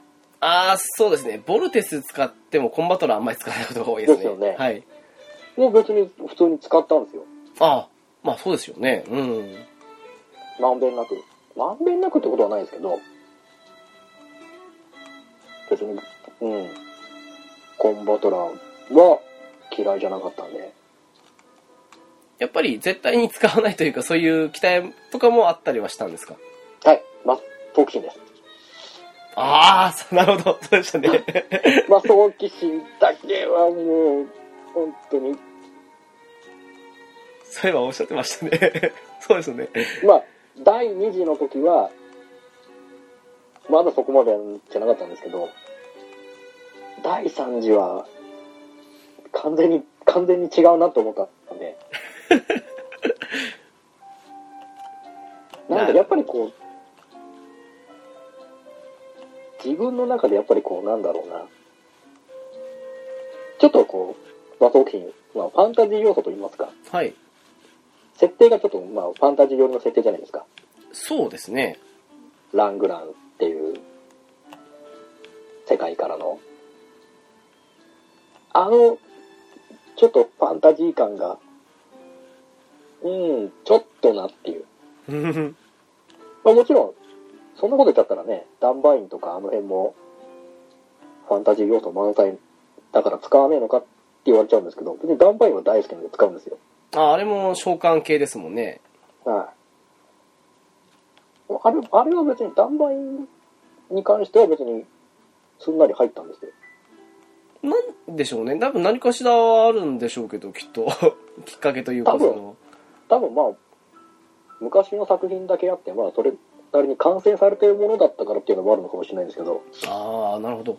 ああ、そうですね。ボルテス使ってもコンバトラーあんまり使わないことが多いですね。ですよねはい。もう別に普通に使ったんですよ。ああ、まあそうですよね。うん。まんべんなく。まんべんなくってことはないですけど、別に、うん。コンバトラーは嫌いじゃなかったんで、やっぱり絶対に使わないというか、そういう期待とかもあったりはしたんですかはい、マストキシンです。ああ、 そうなるほど。そうでしたね。マストキシンだけはもう、本当に、そういえばおっしゃってましたね。 そうですよね。まあ、第2次の時は、まだそこまでじゃなかったんですけど、第3次は、完全に、完全に違うなと思ったんで。なんなるで、やっぱりこう、自分の中でやっぱりこう、なんだろうな。ちょっとこう、和装品、まあ、ファンタジー要素といいますか、はい。設定がちょっと、まあ、ファンタジー寄りの設定じゃないですか。そうですね。ラングランっていう世界からのあのちょっとファンタジー感がうんちょっとなっていう、うんまあ、もちろんそんなこと言っちゃったらねダンバインとかあの辺もファンタジー要素満載だから使わねえのかって言われちゃうんですけど別にダンバインは大好きなんで使うんですよああれも召喚系ですもんね。はい。あれ、あれは別に、ダンバインに関しては別に、すんなり入ったんですよ。なんでしょうね。多分何かしらはあるんでしょうけど、きっと。 きっかけというか、多そ分の。多分まあ、昔の作品だけあって、まあ、それなりに完成されてるものだったからっていうのもあるのかもしれないんですけど、ああ、なるほど。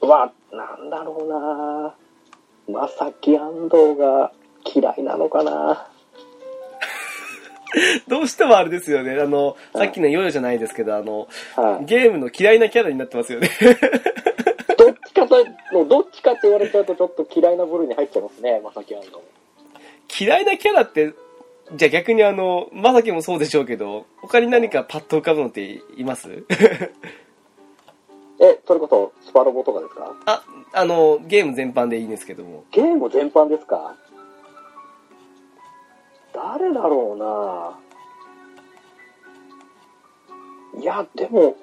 うわ、なんだろうなまさき安藤が嫌いなのかなどうしてもあれですよね。あの、はさいっきのヨヨじゃないですけど、あの、はい。ゲームの嫌いなキャラになってますよね。どっちかとのどっちかって言われちゃうとちょっと嫌いな部類に入っちゃいますね、まさきあんの。 嫌いなキャラって、じゃあ逆にあの、まさきもそうでしょうけど、他に何かパッと浮かぶのっていますえ、それこそスパロボとかですかあ、あの、ゲーム全般でいいんですけども。ゲーム全般ですか誰だろうないや、でも、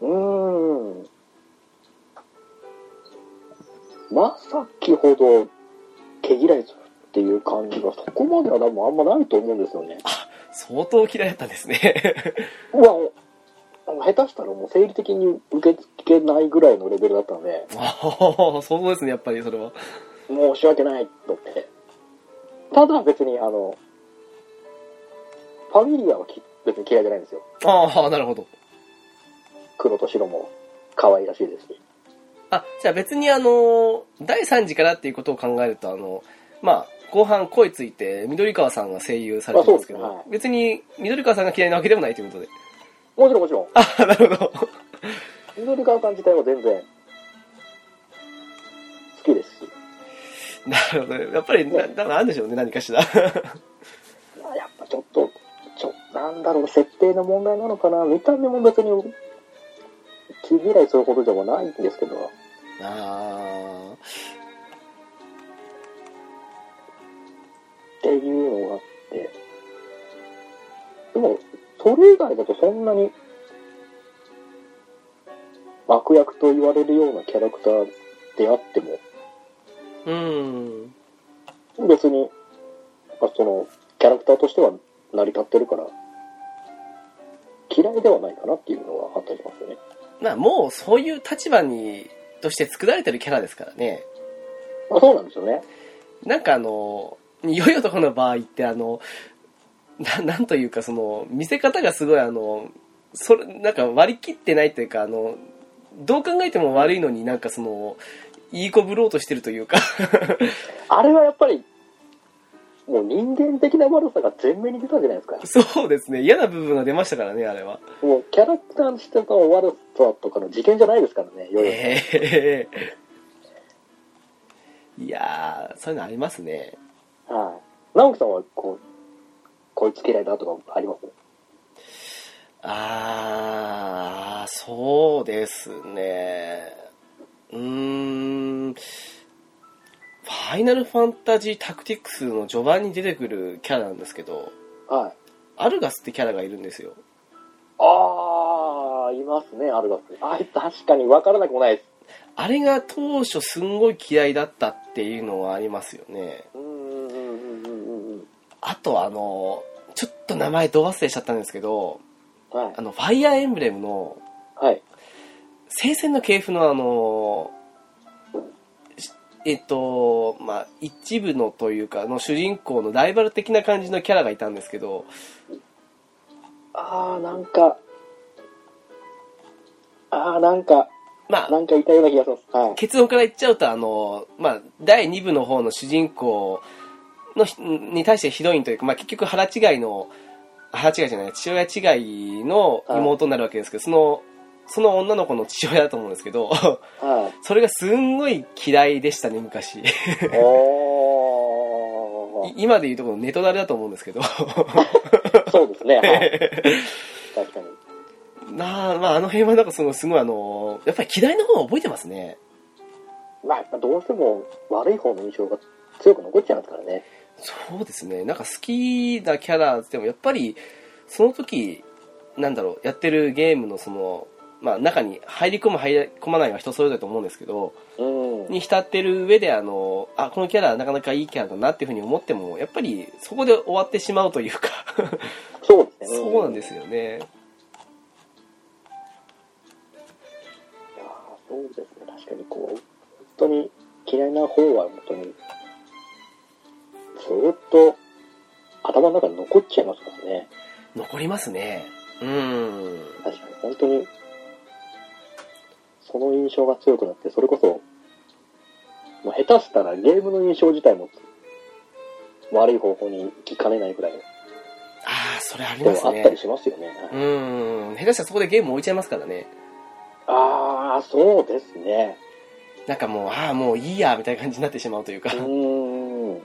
うーん。まさきほど毛嫌いするっていう感じがそこまでは多分あんまないと思うんですよね。相当嫌いだったんですね。 うわ、下手したらもう生理的に受け付けないぐらいのレベルだったので。ああ、そうですね、やっぱりそれは。申し訳ないと思って。ただ別にあの、ファミリアはき別に嫌いじゃないんですよ。ああ、なるほど。黒と白も可愛らしいですし。あ、じゃあ別にあの、第3次からっていうことを考えると、あの、まあ、後半声ついて、緑川さんが声優されてるんですけど、あそうですねはい別に緑川さんが嫌いなわけでもないということで。もちろんもちろん。あなるほど。 緑川さん自体は全然好きですし。なるほど。やっぱり、な、ななんでしょうね、何かしら。まあやっぱちょっと、ちょ、なんだろう、設定の問題なのかな。見た目も別に気嫌いするほどでもないんですけど。ああ、っていうのがあって、でも、それ以外だとそんなに、悪役と言われるようなキャラクターであっても、うん。別に、あその、キャラクターとしては成り立ってるから、嫌いではないかなっていうのはあったりしますよね。まあ、もうそういう立場に、として作られてるキャラですからね。まあそうなんですよね。なんかあの、良い男の場合ってあの、ななんというかその、見せ方がすごいあの、それ、なんか割り切ってないというかあの、どう考えても悪いのになんかその、いい子ぶろうとしてるというか。 あれはやっぱり、もう人間的な悪さが前面に出たじゃないですか。そうですね。嫌な部分が出ましたからね、あれは。もうキャラクターとしての悪さとかの事件じゃないですからね、 世々ええいやー、そういうのありますね。はい。直樹さんは、こう、こいつ嫌いだとかありますあー、そうですね。うーん。ファイナルファンタジータクティクスの序盤に出てくるキャラなんですけど、はい。アルガスってキャラがいるんですよ。あー、いますね、アルガス。あいつ確かに分からなくもないです。あれが当初すんごい嫌いだったっていうのはありますよね。うーん、うん、うん、うん、うん。あとあの、ちょっと名前ど忘れしちゃったんですけど、はいあ。の、ファイアーエンブレムのはい。聖戦の系譜のあのしえっとまあ一部のというかの主人公のライバル的な感じのキャラがいたんですけどあー、なんか、あー、なんか、まなあんかいたような気がします。はい。結論から言っちゃうとあのまあ第2部の方の主人公のひに対してヒロインというか、まあ、結局腹違いの腹違いじゃない父親違いの妹になるわけですけど、そのその女の子の父親だと思うんですけど はい。それがすんごい嫌いでしたね昔いおー。今でいうとこのネトダレだと思うんですけどそうですね、はい。確かに。なあ、まあ、あの辺はなんかその、すごいあの、やっぱり嫌いの方は覚えてますね。まあ、どうしても悪い方の印象が強く残っちゃいますからね。そうですね。なんか好きなキャラでも、やっぱり、その時、なんだろう、やってるゲームのその、まあ、中に入り込む入り込まないは人それぞれだと思うんですけど、うん。に浸ってる上で、あの、あ、このキャラはなかなかいいキャラだなっていうふうに思っても、やっぱりそこで終わってしまうというか、そうですね。そうなんですよね。いやーそうですね、確かにこう、本当に嫌いな方は本当に、ずーっと頭の中に残っちゃいますからね。残りますね。うん。確かに、本当に、その印象が強くなって、それこそ、もう下手したらゲームの印象自体も悪い方向に行きかねないくらいのああ、それありでまもすあったりね。しますよね。うーん。下手したらそこでゲーム置いちゃいますからね。ああ、そうですね。なんかもう、ああ、もういいや、みたいな感じになってしまうというかう。ーん。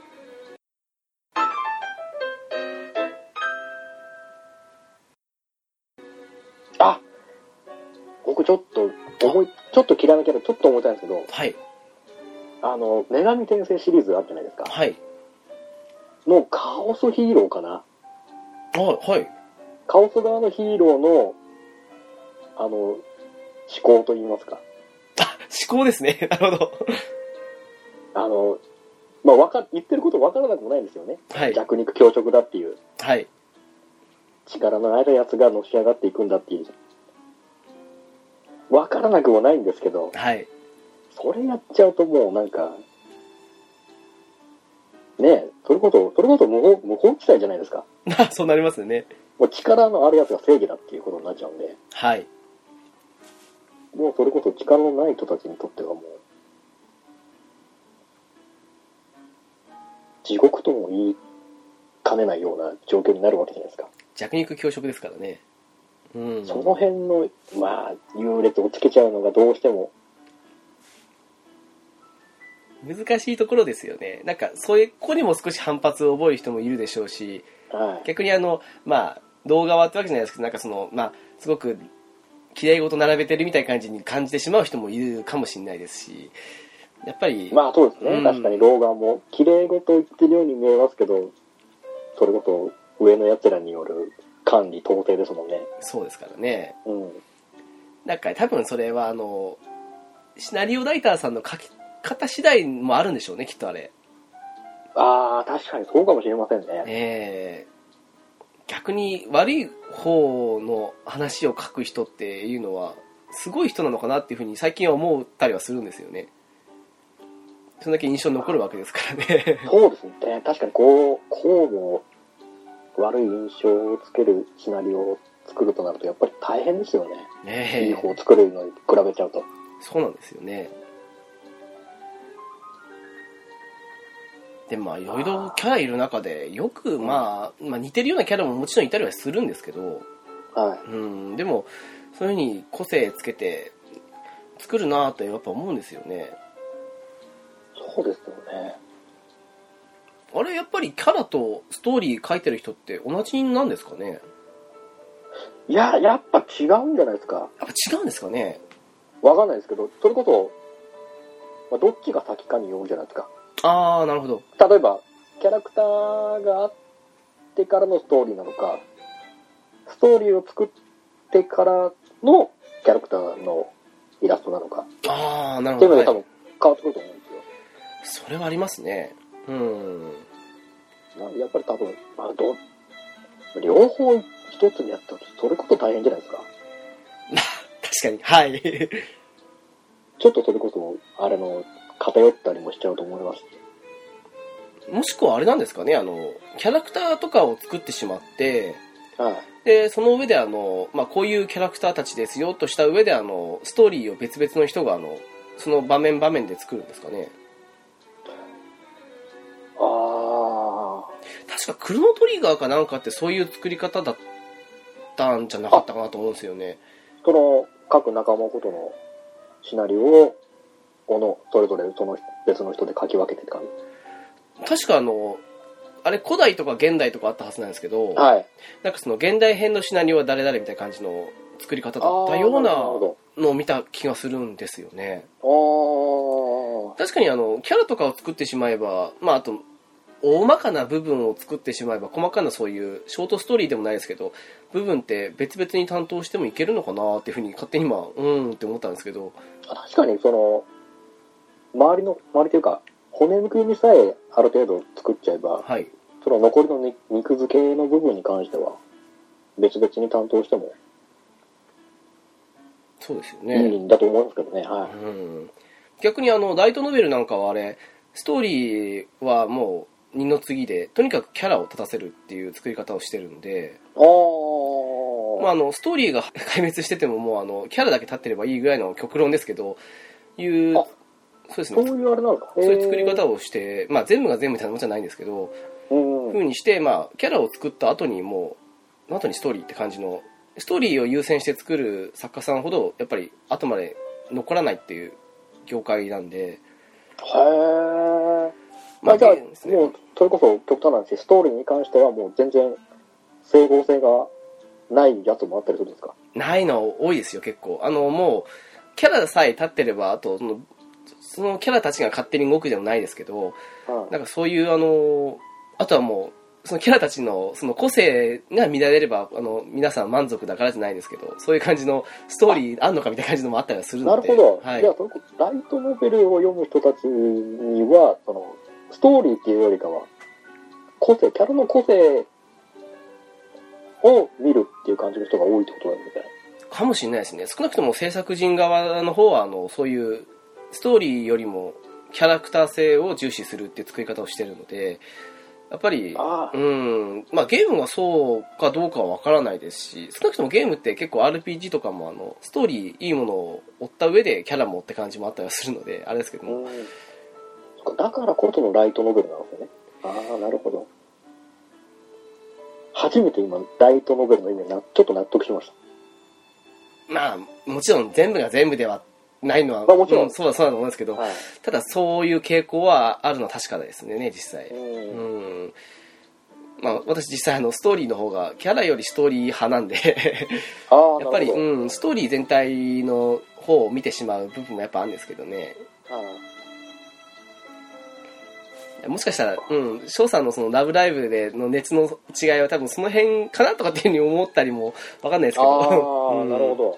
あ僕ちょっと思い、ちょっと嫌いなキャラ、ちょっと思いたいんですけど、はい。あの、女神転生シリーズあるじゃないですか。はい。もうカオスヒーローかな。あはい。カオス側のヒーローの、あの、思考といいますか。あ、思考ですね。な るほど。あの、まあ、わか、言ってることわからなくもないんですよね。はい。弱肉強食だっていう、はい。力のあるやつがのし上がっていくんだっていう。わからなくもないんですけど、はい。 それやっちゃうともうなんか、ねえ、それこそ、それこそ無法、無法地帯じゃないですか。まあ、そうなりますよね。もう力のあるやつが正義だっていうことになっちゃうんで、はい。もうそれこそ力のない人たちにとってはもう、地獄とも言いかねないような状況になるわけじゃないですか。弱肉強食ですからね。うん。その辺の、まあ、優劣をつけちゃうのがどうしても、難しいところですよね。なんか、そういう、ここにも少し反発を覚える人もいるでしょうし、はい。逆にあの、まあ、動画はってわけじゃないですけど、なんかその、まあ、すごく、綺麗事並べてるみたいな感じに感じてしまう人もいるかもしれないですし、やっぱり、まあ、そうですね。うん確かに、老眼も、綺麗事を言ってるように見えますけど、それこそ、上の奴らによる管理、統制ですもんね。そうですからね。うん。なんか多分それはあの、シナリオライターさんの書き方次第もあるんでしょうね、きっとあれ。ああ、確かにそうかもしれませんね。えー逆に悪い方の話を書く人っていうのは、すごい人なのかなっていうふうに最近は思ったりはするんですよね。そんだけ印象に残るわけですからね。 そうですね。確かに、こう、こうも、悪い印象をつけるシナリオを作るとなると、やっぱり大変ですよね。ねえいい方を作るのに比べちゃうと。そうなんですよね。でまあいろいろキャラいる中でよく、まあ、まあ似てるようなキャラももちろんいたりはするんですけど、はい。うん、でもそういうふうに個性つけて作るなぁとやっぱ思うんですよね。そうですよね。あれやっぱりキャラとストーリー書いてる人って同じなんですかねいや、やっぱ違うんじゃないですか。やっぱ違うんですかねわかんないですけど、それこそ、まあ、どっちが先かによるんじゃないですか。ああなるほど例えば、キャラクターがあってからのストーリーなのか、ストーリーを作ってからのキャラクターのイラストなのか、ああなるっていほうのど、で多はい、分変わってくると思うんですそれはありますねうんよ。なんでやっぱり多分、まあ、ど両方一つにやったと、それこそ大変じゃないですか。確かにはいちょっとそれこそ、あれの、偏ったりもしちゃうと思いますし。もしくはあれなんですかねあのキャラクターとかを作ってしまってはい。でその上であの、まあ、こういうキャラクターたちですよとした上であのストーリーを別々の人があのその場面場面で作るんですかねああ。確かクロノトリガーかなんかってそういう作り方だったんじゃなかったかなと思うんですよねその各仲間ごとのシナリオをおのそれぞれその別の人で書き分けてって感じ確かあのあれ古代とか現代とかあったはずなんですけど、はいなんかその現代編のシナリオは誰々みたいな感じの作り方だったようななるほのを見た気がするんですよねどあ確かにあのキャラとかを作ってしまえばまああと大まかな部分を作ってしまえば細かなそういうショートストーリーでもないですけど部分って別々に担当してもいけるのかなっていうふうに勝手に今うーんって思ったんですけどあ確かにその周りの周りというか骨抜きにさえある程度作っちゃえばはいその残りの肉肉付けの部分に関しては別々に担当してもそうですよいね、いんだと思いますけどね、はいうん逆にあのライトノベルなんかはあれストーリーはもう二の次でとにかくキャラを立たせるっていう作り方をしてるんで、まあ、ああのストーリーが 壊滅しててももうあのキャラだけ立ってればいいぐらいの極論ですけどいうあそうですあそねういうあれなんですかそういう作りへ方をして、まあ、全部が全部みたいなもんじゃないんですけどーうんふうにして、まあ、キャラを作った後にもの後にストーリーって感じのストーリーを優先して作る作家さんほどやっぱり後まで残らないっていう業界なんでへえ。まあ、じゃあ、ゲームですねもう、それこそ極端な話、ストーリーに関してはもう全然、整合性がないやつもあったりするんですかないの多いですよ結構あのもうキャラさえ立ってればあとそのそのキャラたちが勝手に動くでもないですけどはい。なんかそういうあのあとはもうそのキャラたちのその個性が乱れればあの皆さん満足だからじゃないですけどそういう感じのストーリーあんのかみたいな感じのもあったりはするなのるでほど。はいじゃあ、それこそ、ライトノベルを読む人たちには、その、ストーリーっていうよりかは、個性、キャラの個性を見るっていう感じの人が多いってことなんですね。かもしれないですね少なくとも制作人側の方はあのそういうストーリーよりもキャラクター性を重視するっていう作り方をしてるのでやっぱりああうんまあ、ゲームがそうかどうかは分からないですし少なくともゲームって結構 RPG とかもあのストーリーいいものを追った上でキャラもって感じもあったりはするので あれですけども、うん。そっかだからこそのライトノベルなんですよね。ああ、なるほど。初めて今、ライトノベルの意味になちょっと納得しました。まあもちろん全部が全部ではないのは、まあもちろんうそうだそうだと思うんですけど、はい。ただそういう傾向はあるのは確かですね実際。うん。うんまあ、私実際あのストーリーの方がキャラよりストーリー派なんであ あ、やっぱり、なるほどうん、ストーリー全体の方を見てしまう部分もやっぱあるんですけどねはいもしかしたら、うん、翔さんのその「ラブライブ!」での熱の違いは多分その辺かなとかっていうふうに思ったりもわかんないですけどああ、 うんなるほど。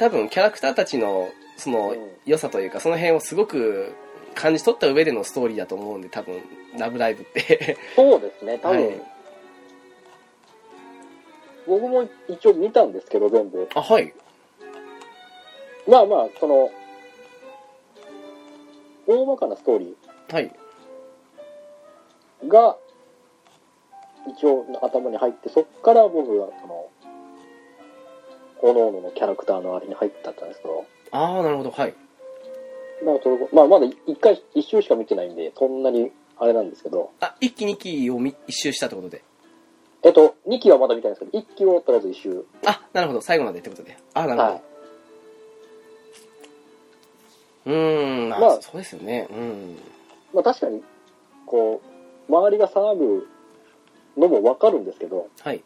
多分キャラクターたちのそのうん良さというかその辺をすごく感じ取った上でのストーリーだと思うんで多分「ラブライブ!」って、そうですね、多分、はい僕も一応見たんですけど、全部。あはいまあまあ、その、大まかなストーリはいーが、一応頭に入って、そっから僕は、その、各々のキャラクターのあれに入ったんですけど、ああなるほどはいなんかそれこまあまだ一回、一周しか見てないんで、そんなにあれなんですけど、あ一期二期をみ一周したってことでえっと、2期はまだ見てないんですけど、1期をとりあえず一周あなるほど最後までってことであなるほど、はいうーんまあ、まあそうですよねうんまあ確かに、こう、周りが騒ぐのもわかるんですけど、はい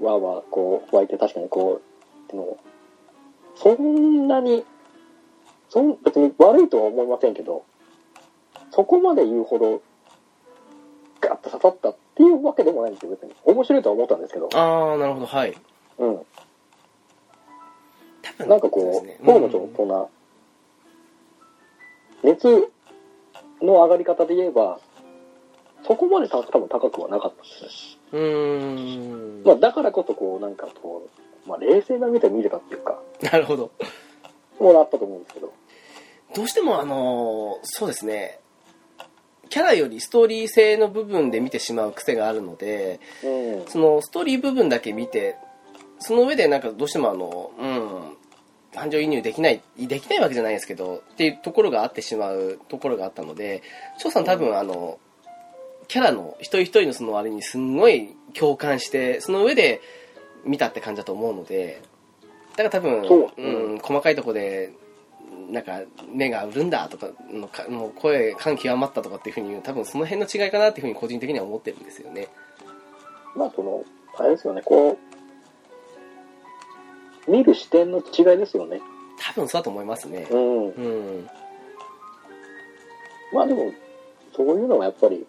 わーわーこう、湧いて確かにこう、でも、そんなに、そん、別に悪いとは思いませんけど、そこまで言うほど、ガッと刺さったっていうわけでもないんですよ、別に。面白いとは思ったんですけど、ああなるほどはいうん。多分なんかこそうですねう、僕もちょっとそんな、熱の上がり方で言えば、そこまで多分高くはなかったですね。うんうーん、まあ、だからこそこうなんかこう、まあ、冷静な目で見れたっていうか なるほどもらったと思うんですけどどうしてもあのーそうですねキャラよりストーリー性の部分で見てしまう癖があるのでうんそのストーリー部分だけ見てその上でなんかどうしてもあのうん感情移入できないできないわけじゃないですけどっていうところがあってしまうところがあったので翔さん多分あのキャラの一人一人のそのあれにすんごい共感してその上で見たって感じだと思うのでだから多分そううん、細かいとこでなんか目が潤んだとかのかもう声感極まったとかっていうふうに言う多分その辺の違いかなっていうふうに個人的には思ってるんですよね。まあそのあれですよねこう見る視点の違いですよね多分そうだと思いますね。うんうん、まあでもそういうのはやっぱり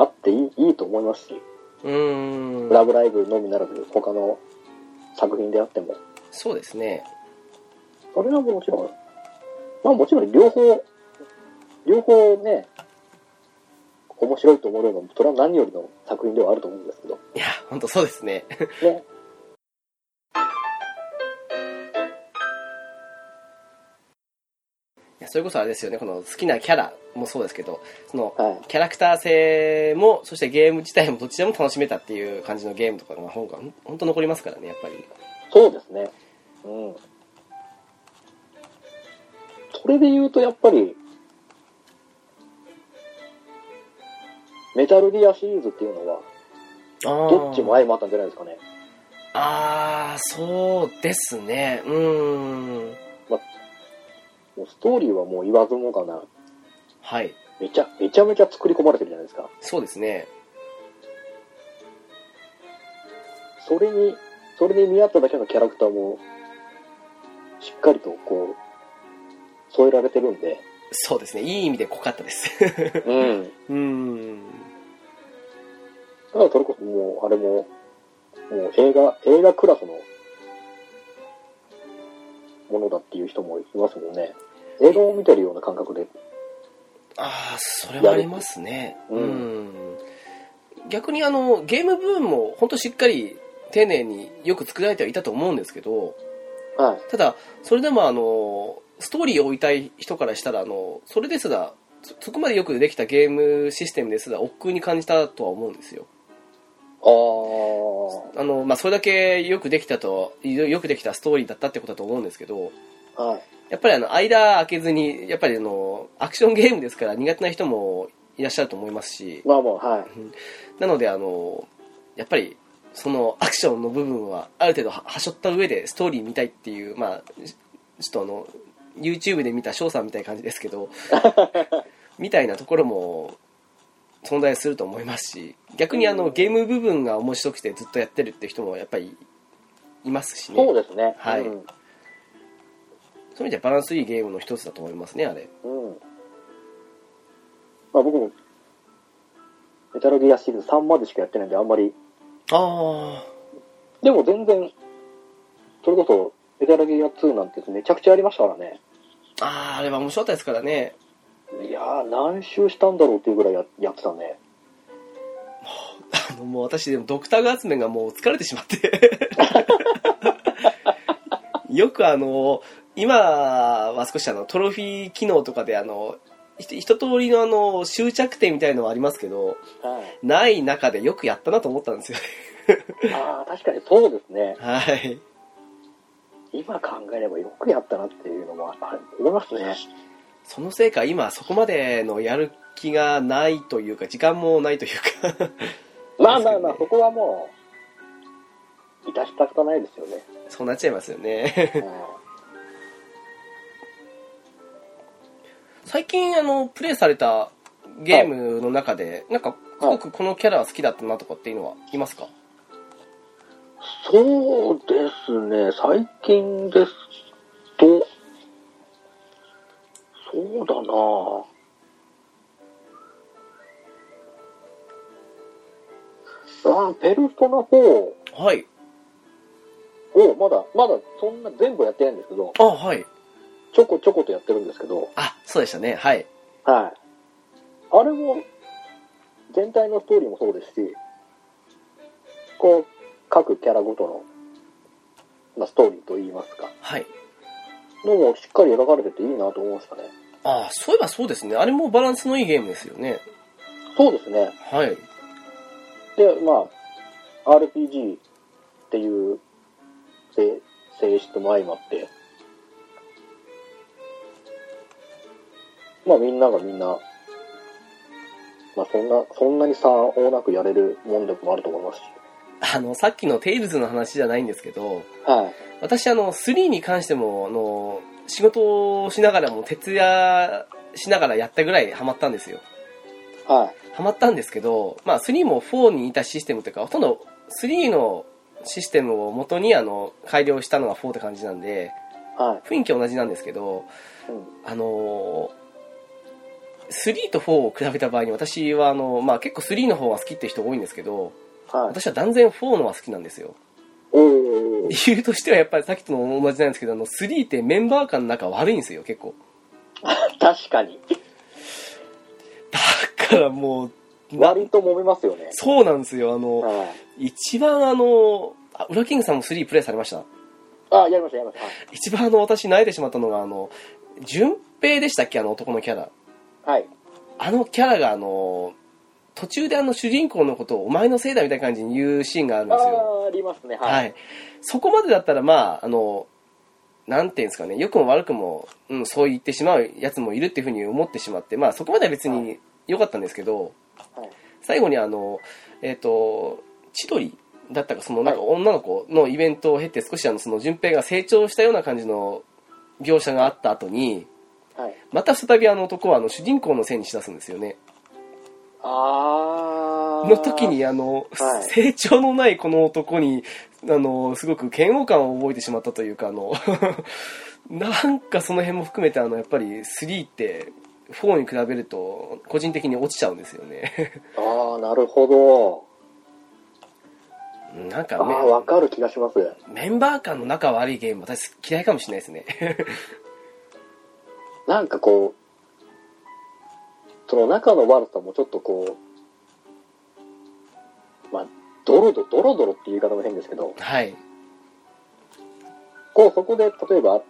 あっていいいいと思いますしう「ーんラブライブ!」のみならず他の作品であってもそうですねそれはもちろんまあもちろん両方両方ね面白いと思うのもそれは何よりの作品ではあると思うんですけどいや本当そうですねね。いやそれこそあれですよねこの好きなキャラもそうですけどそのはい。キャラクター性もそしてゲーム自体もどちらも楽しめたっていう感じのゲームとかの方が本当残りますからねやっぱりそうですね。うん。それで言うと、やっぱり、メタルギアシリーズっていうのは、どどっちも相まったんじゃないですかね。あーあーそうですねうーんもうストーリーはもう言わずもがな、はいめちゃ、めちゃめちゃ作り込まれてるじゃないですか。そうですねそれに、それに見合っただけのキャラクターも、しっかりとこう、添えられてるん で、そうですねいい意味で濃かったです うん。だうーんからそれこそもう、あれも、もう映画、映画クラスのものだっていう人もいますもんね。映画を見てるような感覚で。ああそれはありますねううんん逆にあのゲーム部分も本当しっかり丁寧によく作られてはいたと思うんですけどはい。ただそれでもあのストーリーを追いたい人からしたらあのそれですらそそこまでよくできたゲームシステムですら億劫に感じたとは思うんですよあああの、まあ、それだけよくできたとよよくできたストーリーだったってことだと思うんですけどはい。やっぱりあの間空けずにやっぱりあのアクションゲームですから苦手な人もいらっしゃると思いますしまあまあ、はい。なのであのやっぱりそのアクションの部分はある程度ははしょった上でストーリー見たいっていうまあちちょっとあの YouTube で見た翔さんみたいな感じですけ どみたいなところも存在すると思いますし逆にあのゲーム部分が面白くてずっとやってるって人もやっぱりいますしねそうですね。はいうんそういう意味ではバランスいいゲームの一つだと思いますねあれうん。まあ僕も、メタルギアシリーズ3までしかやってないんで、あんまり、あでも全然、それこそ、メタルギア2なんてめちゃくちゃありましたからね。ああーあれは面白かったですからねいやー、何周したんだろうっていうぐらいややってたね。あの もう私でもドクターガーツメンがもう疲れてしまって よくあの今は少しあのトロフィー機能とかであのひ一通りのあの終着点みたいのはありますけどはい。ない中でよくやったなと思ったんですよね ああ、確かにそうですね。はい今考えればよくやったなっていうのもあれ思いますね。そのせいか今そこまでのやる気がないというか時間もないというか まあまあまあ、そこはもう、致したくたないですよね。そうなっちゃいますよねう最近あのプレイされたゲームの中で、なんかすごくこのキャラは好きだったなとかっていうのはいますか、んそうですね、最近ですと、そうだなぁあーペルソナ4をはい。まだ、まだそんな全部やってないんですけど、あ、はい。ちょこちょことやってるんですけど、あ、そうでしたね。はい。はい。あれも、全体のストーリーもそうですし、こう、各キャラごとの、まあ、ストーリーといいますか、はい。のもしっかり描かれてていいなと思いましたね。あ、そういえばそうですね。あれもバランスのいいゲームですよね。そうですね。はい。で、まあ、RPG っていう性性質も相まって、まあみんながみんな、まあそんな、そんなに差をなくやれるもんでもあると思いますし。あの、さっきのテイルズの話じゃないんですけど、はい。私、あの、3に関しても、あの、仕事をしながらも、徹夜しながらやったぐらいハマったんですよ。はい。ハマったんですけど、まあ、3も4に似たシステムというか、ほとんど3のシステムを元に、あの、改良したのが4って感じなんで、はい。雰囲気は同じなんですけど、うん。あのー、3と4を比べた場合に私はあの、まあ、結構3の方が好きって人多いんですけどはい。私は断然4の方が好きなんですよおー。理由としてはやっぱりさっきとも同じなんですけどあの3ってメンバー間の仲悪いんですよ結構確かに。だからもうな割と揉めますよね。そうなんですよあのはい。一番あのあウラキングさんも3プレイされましたあ、やりました、やりまし一番あの私泣いてしまったのがあの順平でしたっけあの男のキャラた。はい。あのキャラがあの途中であの主人公のことをお前のせいだみたいな感じに言うシーンがあるんあですよ。ーありますね。ははい。い。そこまでだったらまあ、あの、なんていうんですかね、良くも悪くも、うん、そう言ってしまうやつもいるっていうふうに思ってしまって、まあそこまでは別に良かったんですけど、はい最後にあの、えっ、と、千鳥だったか、そのなんか女の子のイベントを経て少しあの、その順平が成長したような感じの描写があった後に、はい。また再びあの男はあの主人公のせいにしだすんですよね。あー。の時にあの、はい成長のないこの男にあのすごく嫌悪感を覚えてしまったというかあの なんかその辺も含めてあのやっぱり3って4に比べると個人的に落ちちゃうんですよね あー、なるほど。なんかあー、わかる気がします。メメンバー間の仲悪いゲーム私嫌いかもしれないですね なんかこう、その中の悪さもちょっとこう、まあ、ドロドロ、ドロドロっていう言い方も変ですけど、はいこう、そこで、例えば、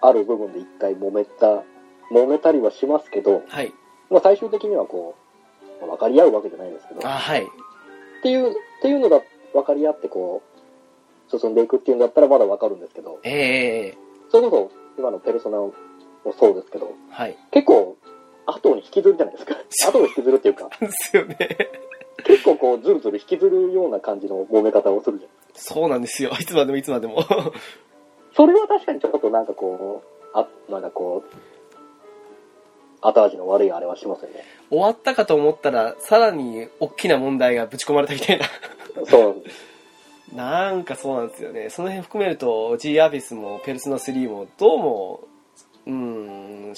ある部分で一回揉めた、揉めたりはしますけど、はいまあ、最終的にはこう、まあ分かり合うわけじゃないですけど、あはいっていう、っていうのが分かり合ってこう、進んでいくっていうんだったらまだ分かるんですけど、ええそれこそ今のペルソナもそうですけど、はい結構、後に引きずるじゃないですか。後に引きずるっていうか、 ですよね結構こう、ずるずる引きずるような感じの揉め方をするじゃないそうなんですよいつまでもいつまでも それは確かにちょっとなんかこう、あ、なんかこう、後味の悪いあれはしますよね。終わったかと思ったらさらに大きな問題がぶち込まれたみたいな そうなんです。なんかそうなんですよね。その辺含めると、G アビスも、ペルソナ3も、どうも、うーん、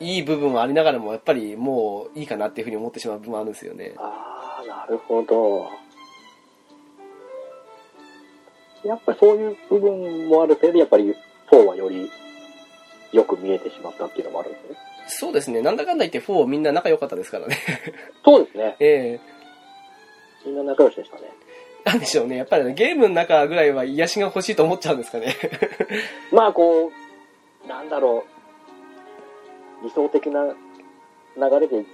いい部分はありながらも、やっぱりもういいかなっていうふうに思ってしまう部分もあるんですよね。ああ、なるほど。やっぱりそういう部分もあるせいで、やっぱり4はよりよく見えてしまったっていうのもあるんですね。そうですね。なんだかんだ言って4みんな仲良かったですからね。 そうですね。ええみんな仲良しでしたね。なんでしょうね。やっぱりねゲームの中ぐらいは癒しが欲しいと思っちゃうんですかね。まあこう、なんだろう、理想的な流れで、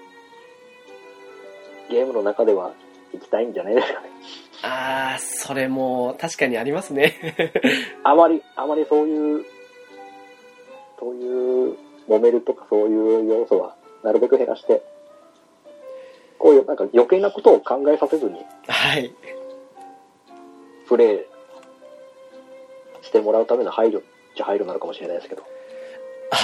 ゲームの中では行きたいんじゃないですかね。 あー、それも確かにありますね。あまり、あまりそういう、そういう、揉めるとかそういう要素は、なるべく減らして、こういう、なんか余計なことを考えさせずに、 はい。プレイしてもらうための配慮っちゃ配慮なのかもしれないですけど。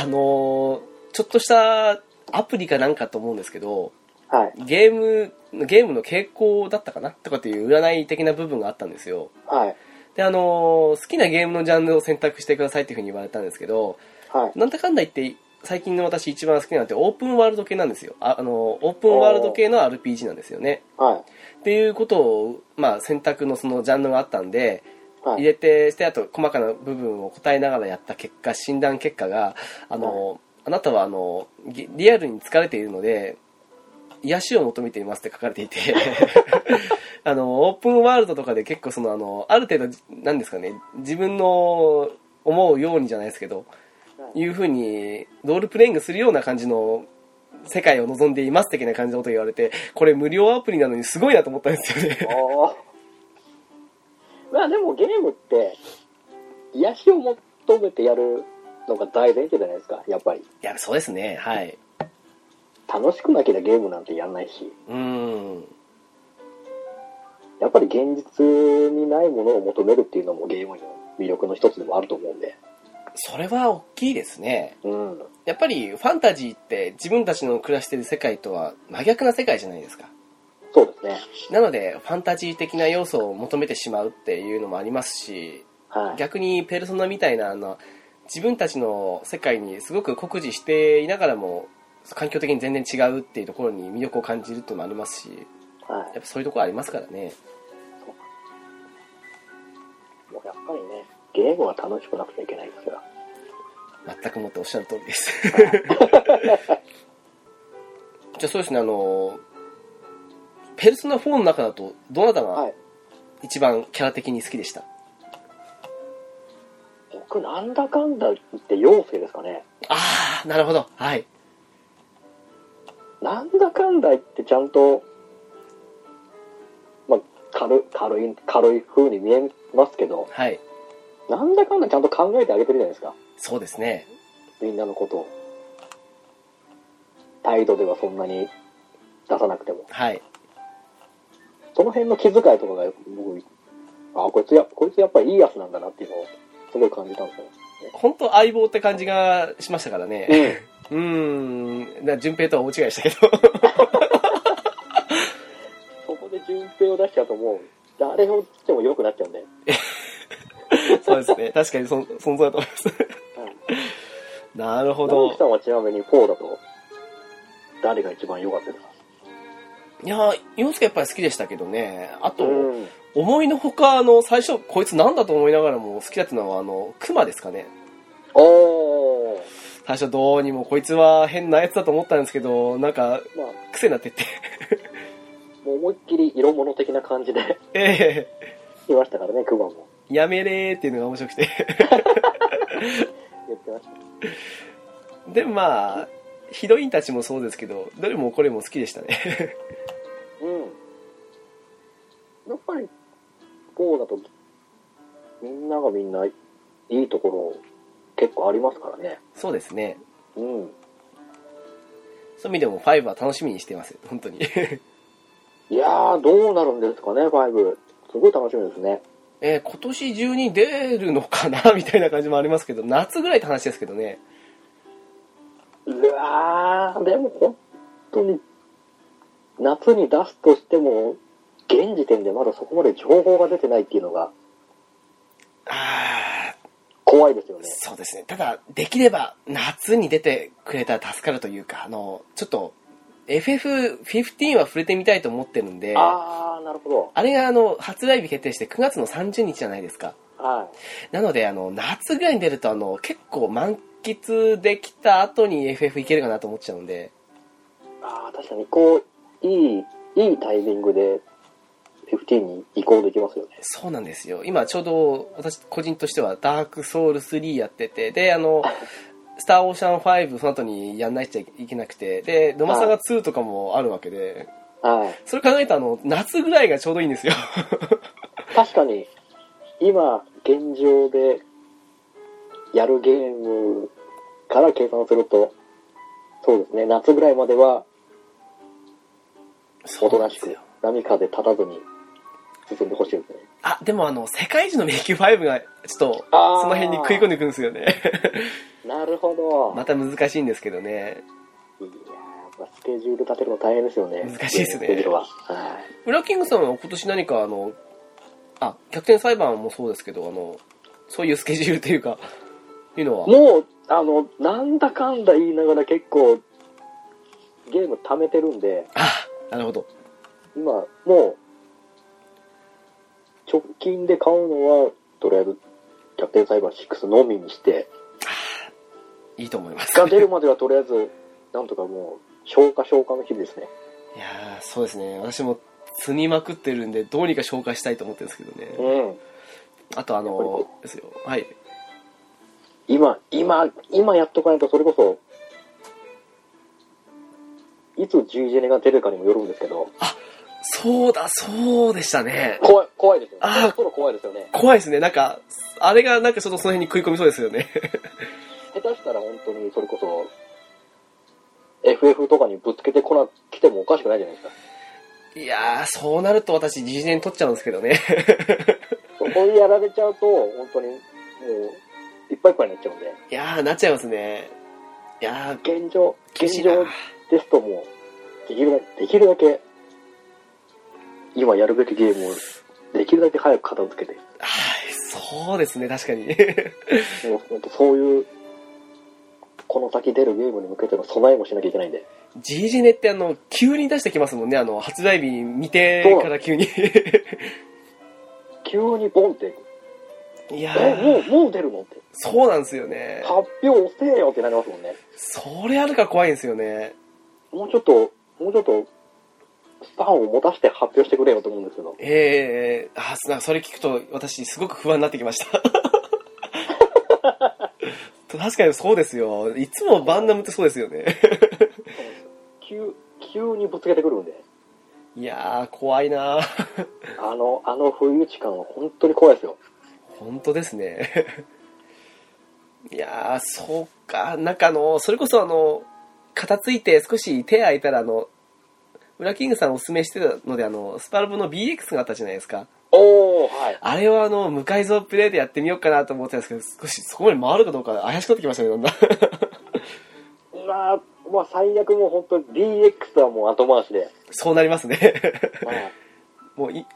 あのーちょっとしたアプリかなんかと思うんですけど、はい。ゲーム、ゲームの傾向だったかなとかっていう占い的な部分があったんですよ。はい。で、あのー好きなゲームのジャンルを選択してくださいっていうふうに言われたんですけど、はい。なんだかんだ言って、最近の私一番好きなのってオープンワールド系なんですよ。あ、あのーオープンワールド系の RPG なんですよね。はい。っていうことを、まあ、選択のそのジャンルがあったんで、は入い。れてしてあと細かな部分を答えながらやった結果診断結果があの、あなたはあのリリアルに疲れているので癒しを求めていますって書かれていて あのオープンワールドとかで結構そのあのある程度なんですかね自分の思うようにじゃないですけどいうふうにロールプレイングするような感じの世界を望んでいます的な感じのこと言われてこれ無料アプリなのにすごいなと思ったんですよねあーまあでもゲームって、癒しを求めてやるのが大前提じゃないですか、やっぱり。いやそうですねはい楽しくなきゃゲームなんてやんないし、うんやっぱり現実にないものを求めるっていうのもゲームの魅力の一つでもあると思うんで。それは大きいですね。うん。やっぱりファンタジーって自分たちの暮らしてる世界とは真逆な世界じゃないですか。そうですね。なので、ファンタジー的な要素を求めてしまうっていうのもありますし、はい。逆にペルソナみたいなあの自分たちの世界にすごく酷似していながらも、環境的に全然違うっていうところに魅力を感じるっていうのもありますし、はやっぱそういうところありますからね。い。もうやっぱりね、ゲームは楽しくなくちゃいけないですから。全くもっておっしゃる通りです。じゃあそうですね、あの、ペルソナ4の中だと、どなたはがい。一番キャラ的に好きでした、僕なんだかんだ言って妖精ですかね。ああ、なるほど。はい。なんだかんだ言ってちゃんと、まあ、軽い軽い、軽い風に見えますけど、はい。なんだかんだちゃんと考えてあげてるじゃないですか。そうですね。みんなのことを。態度ではそんなに出さなくても。はい。その辺の気遣いとかが僕あこいつやこいつやっぱりいいやつなんだなっていうのをすごい感じたんですよ本当相棒って感じがしましたからね。ね、うーん。だ順平とは大違いした けど。うん、そこで順平を出しちゃうともう誰をしても良くなっちゃうんで、そうですね。確かにそ、存在だと思います。はい、なるほ直樹ど。さんはちなみに4だと誰が一番良かったですかいやー、洋介やっぱり好きでしたけどね。あと、うん思いのほか、あの、最初、こいつなんだと思いながらも好きだったのは、あの、熊ですかね。おー最初どうにもこいつは変なやつだと思ったんですけど、なんか、まあ癖になってって。 もう思いっきり色物的な感じで ええいましたからねクマもやめれーっていうのが面白くて。 言ってましたで、まあ、ヒロインたちもそうですけど、どれもこれも好きでしたね。 うん。やっぱり、こうだと、みんながみんないいところ結構ありますからね。そうですね。うん。そういう意味でも5は楽しみにしてますよ、本当に。 いやー、どうなるんですかね、5。すごい楽しみですね。えー今年中に出るのかな みたいな感じもありますけど、夏ぐらいって話ですけどね。うわー、でも本当に、夏に出すとしても、現時点でまだそこまで情報が出てないっていうのがああ、怖いですよね。そうですね。ただ、できれば夏に出てくれたら助かるというか、あの、ちょっと、FF15 は触れてみたいと思ってるんで、ああー、なるほど。れがあの、発売日決定して9月の30日じゃないですか。はなので、あの、夏ぐらいに出ると、あの、結構満喫できた後に FF いけるかなと思っちゃうんで、い。あー、確かに、こう、いい、いいタイミングで、15に移行できますよね。そうなんですよ。今ちょうど私個人としてはダークソウル3やってて、で、あの、スターオーシャン5その後にやんないちゃいけなくて、で、ドマサガ2とかもあるわけで、はい。それ考えたらあの、夏ぐらいがちょうどいいんですよ。確かに、今、現状で、やるゲームから計算すると、そうですね、夏ぐらいまでは、おとなしく、波風立たずに、進んでほしいですね。あ、でもあの、世界一の迷宮5がちょっと、あーその辺に食い込んでくるんですよね。なるほど。また難しいんですけどね。いやーやっぱスケジュール立てるの大変ですよね。難しいですねスケジュールは。はい。裏キングさんは今年何かあの、あ、逆転裁判もそうですけど、あの、そういうスケジュールというか、いうのは。もう、あの、なんだかんだ言いながら結構、ゲーム貯めてるんで、あ、なるほど。今、もう、直近で買うのは、とりあえず、キャプテンサイバー6のみにして、いいと思います。が出るまではとりあえず、なんとかもう、消化消化の日々ですね。いやーそうですね。私も積みまくってるんで、どうにか消化したいと思ってるんですけどね。うん。あと、あやっぱのりこ、ですよ。はい。今、今、今やっとかないと、それこそ、いつ G ジェネが出るかにもよるんですけど、そうだ、そうでしたね。怖い、怖いですよね。あーそろ怖いですよね。怖いですね。なんか、あれがなんかちょっとその辺に食い込みそうですよね。 下手したら本当に、それこそ、FF とかにぶつけてこな、来てもおかしくないじゃないですか。いやーそうなると私、事前取っちゃうんですけどね。そこでやられちゃうと、本当に、もう、いっぱいいっぱいになっちゃうんで、いやーなっちゃいますね。いやー現状、厳し現いな。状ですともう、できるだけ、できるだけ、今やるべきゲームを、できるだけ早く片付けて、はい、そうですね、確かに。 もう本当そういう、この先出るゲームに向けての備えもしなきゃいけないんで、ジージネってあの、急に出してきますもんね、あの、発売日見てから 急に。急にボンって、いやえ、もーう、もう出るのって、そうなんですよね。発表遅えよってなりますもんね。それあるから怖いんですよね。もうちょっと、もうちょっと、スパンを持たせて発表してくれよと思うんですけど、ええあ、なんかそれ聞くと私すごく不安になってきました。 確かにそうですよ。いつもバンダムってそうですよね。急、急にぶつけてくるんで。いやー、怖いなー。あの、あの不意打ち感は本当に怖いですよ。本当ですね。 いやー、そうか。なんかあの、それこそあの、片付いて少し手空いたらあの、ウラキングさんおすすめしてたので、あの、スパロボの BX があったじゃないですか。おー、はい。あれはあの、無改造プレイでやってみようかなと思ってたんですけど、少しそこまで回るかどうか怪しくなってきましたね、だん だん。まあ、まあ、最悪もう本当 DX はもう後回しで。そうなりますね。 はいもうい、い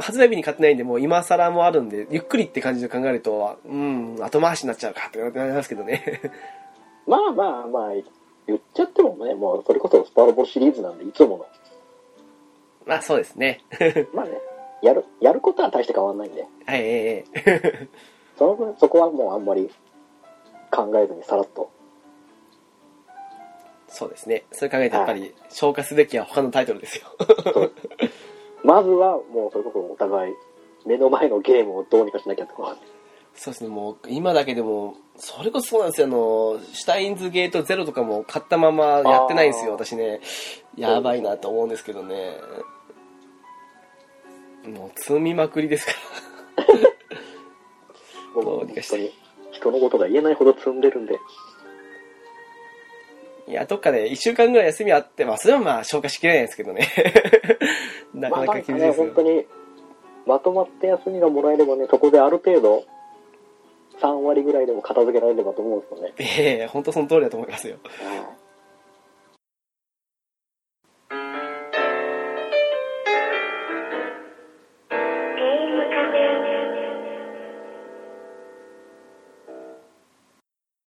発売日に買ってないんで、もう今更もあるんで、ゆっくりって感じで考えると、うん、後回しになっちゃうかってなりますけどね。 まあまあまあ、言っちゃってもね、もうそれこそスパロボシリーズなんで、いつもの。まあそうですね。 まあね、やる、やることは大して変わんないんで、はい、ええええその分、そこはもうあんまり考えずにさらっと。そうですね。それ考えてやっぱり、消化すべきは他のタイトルです よ。そう まずはもうそれこそお互い、目の前のゲームをどうにかしなきゃとか。そうですね、もう今だけでも、それこそそうなんですよ、あの、シュタインズゲートゼロとかも買ったままやってないんですよ、あー私ね。やばいなと思うんですけどね。もう積みまくりですから。僕どう本にかし当てに、人のことが言えないほど積んでるんで。 いや、どっかで1週間ぐらい休みあって、まあ、それはまあ、消化しきれないですけどね。 なまかなあなかんか厳しいね、ですよ。本当に、まとまって休みがもらえればね、そこである程度、3割ぐらいでも片付けられればと思うんですよね。ええ本当その通りだと思いますよ。はい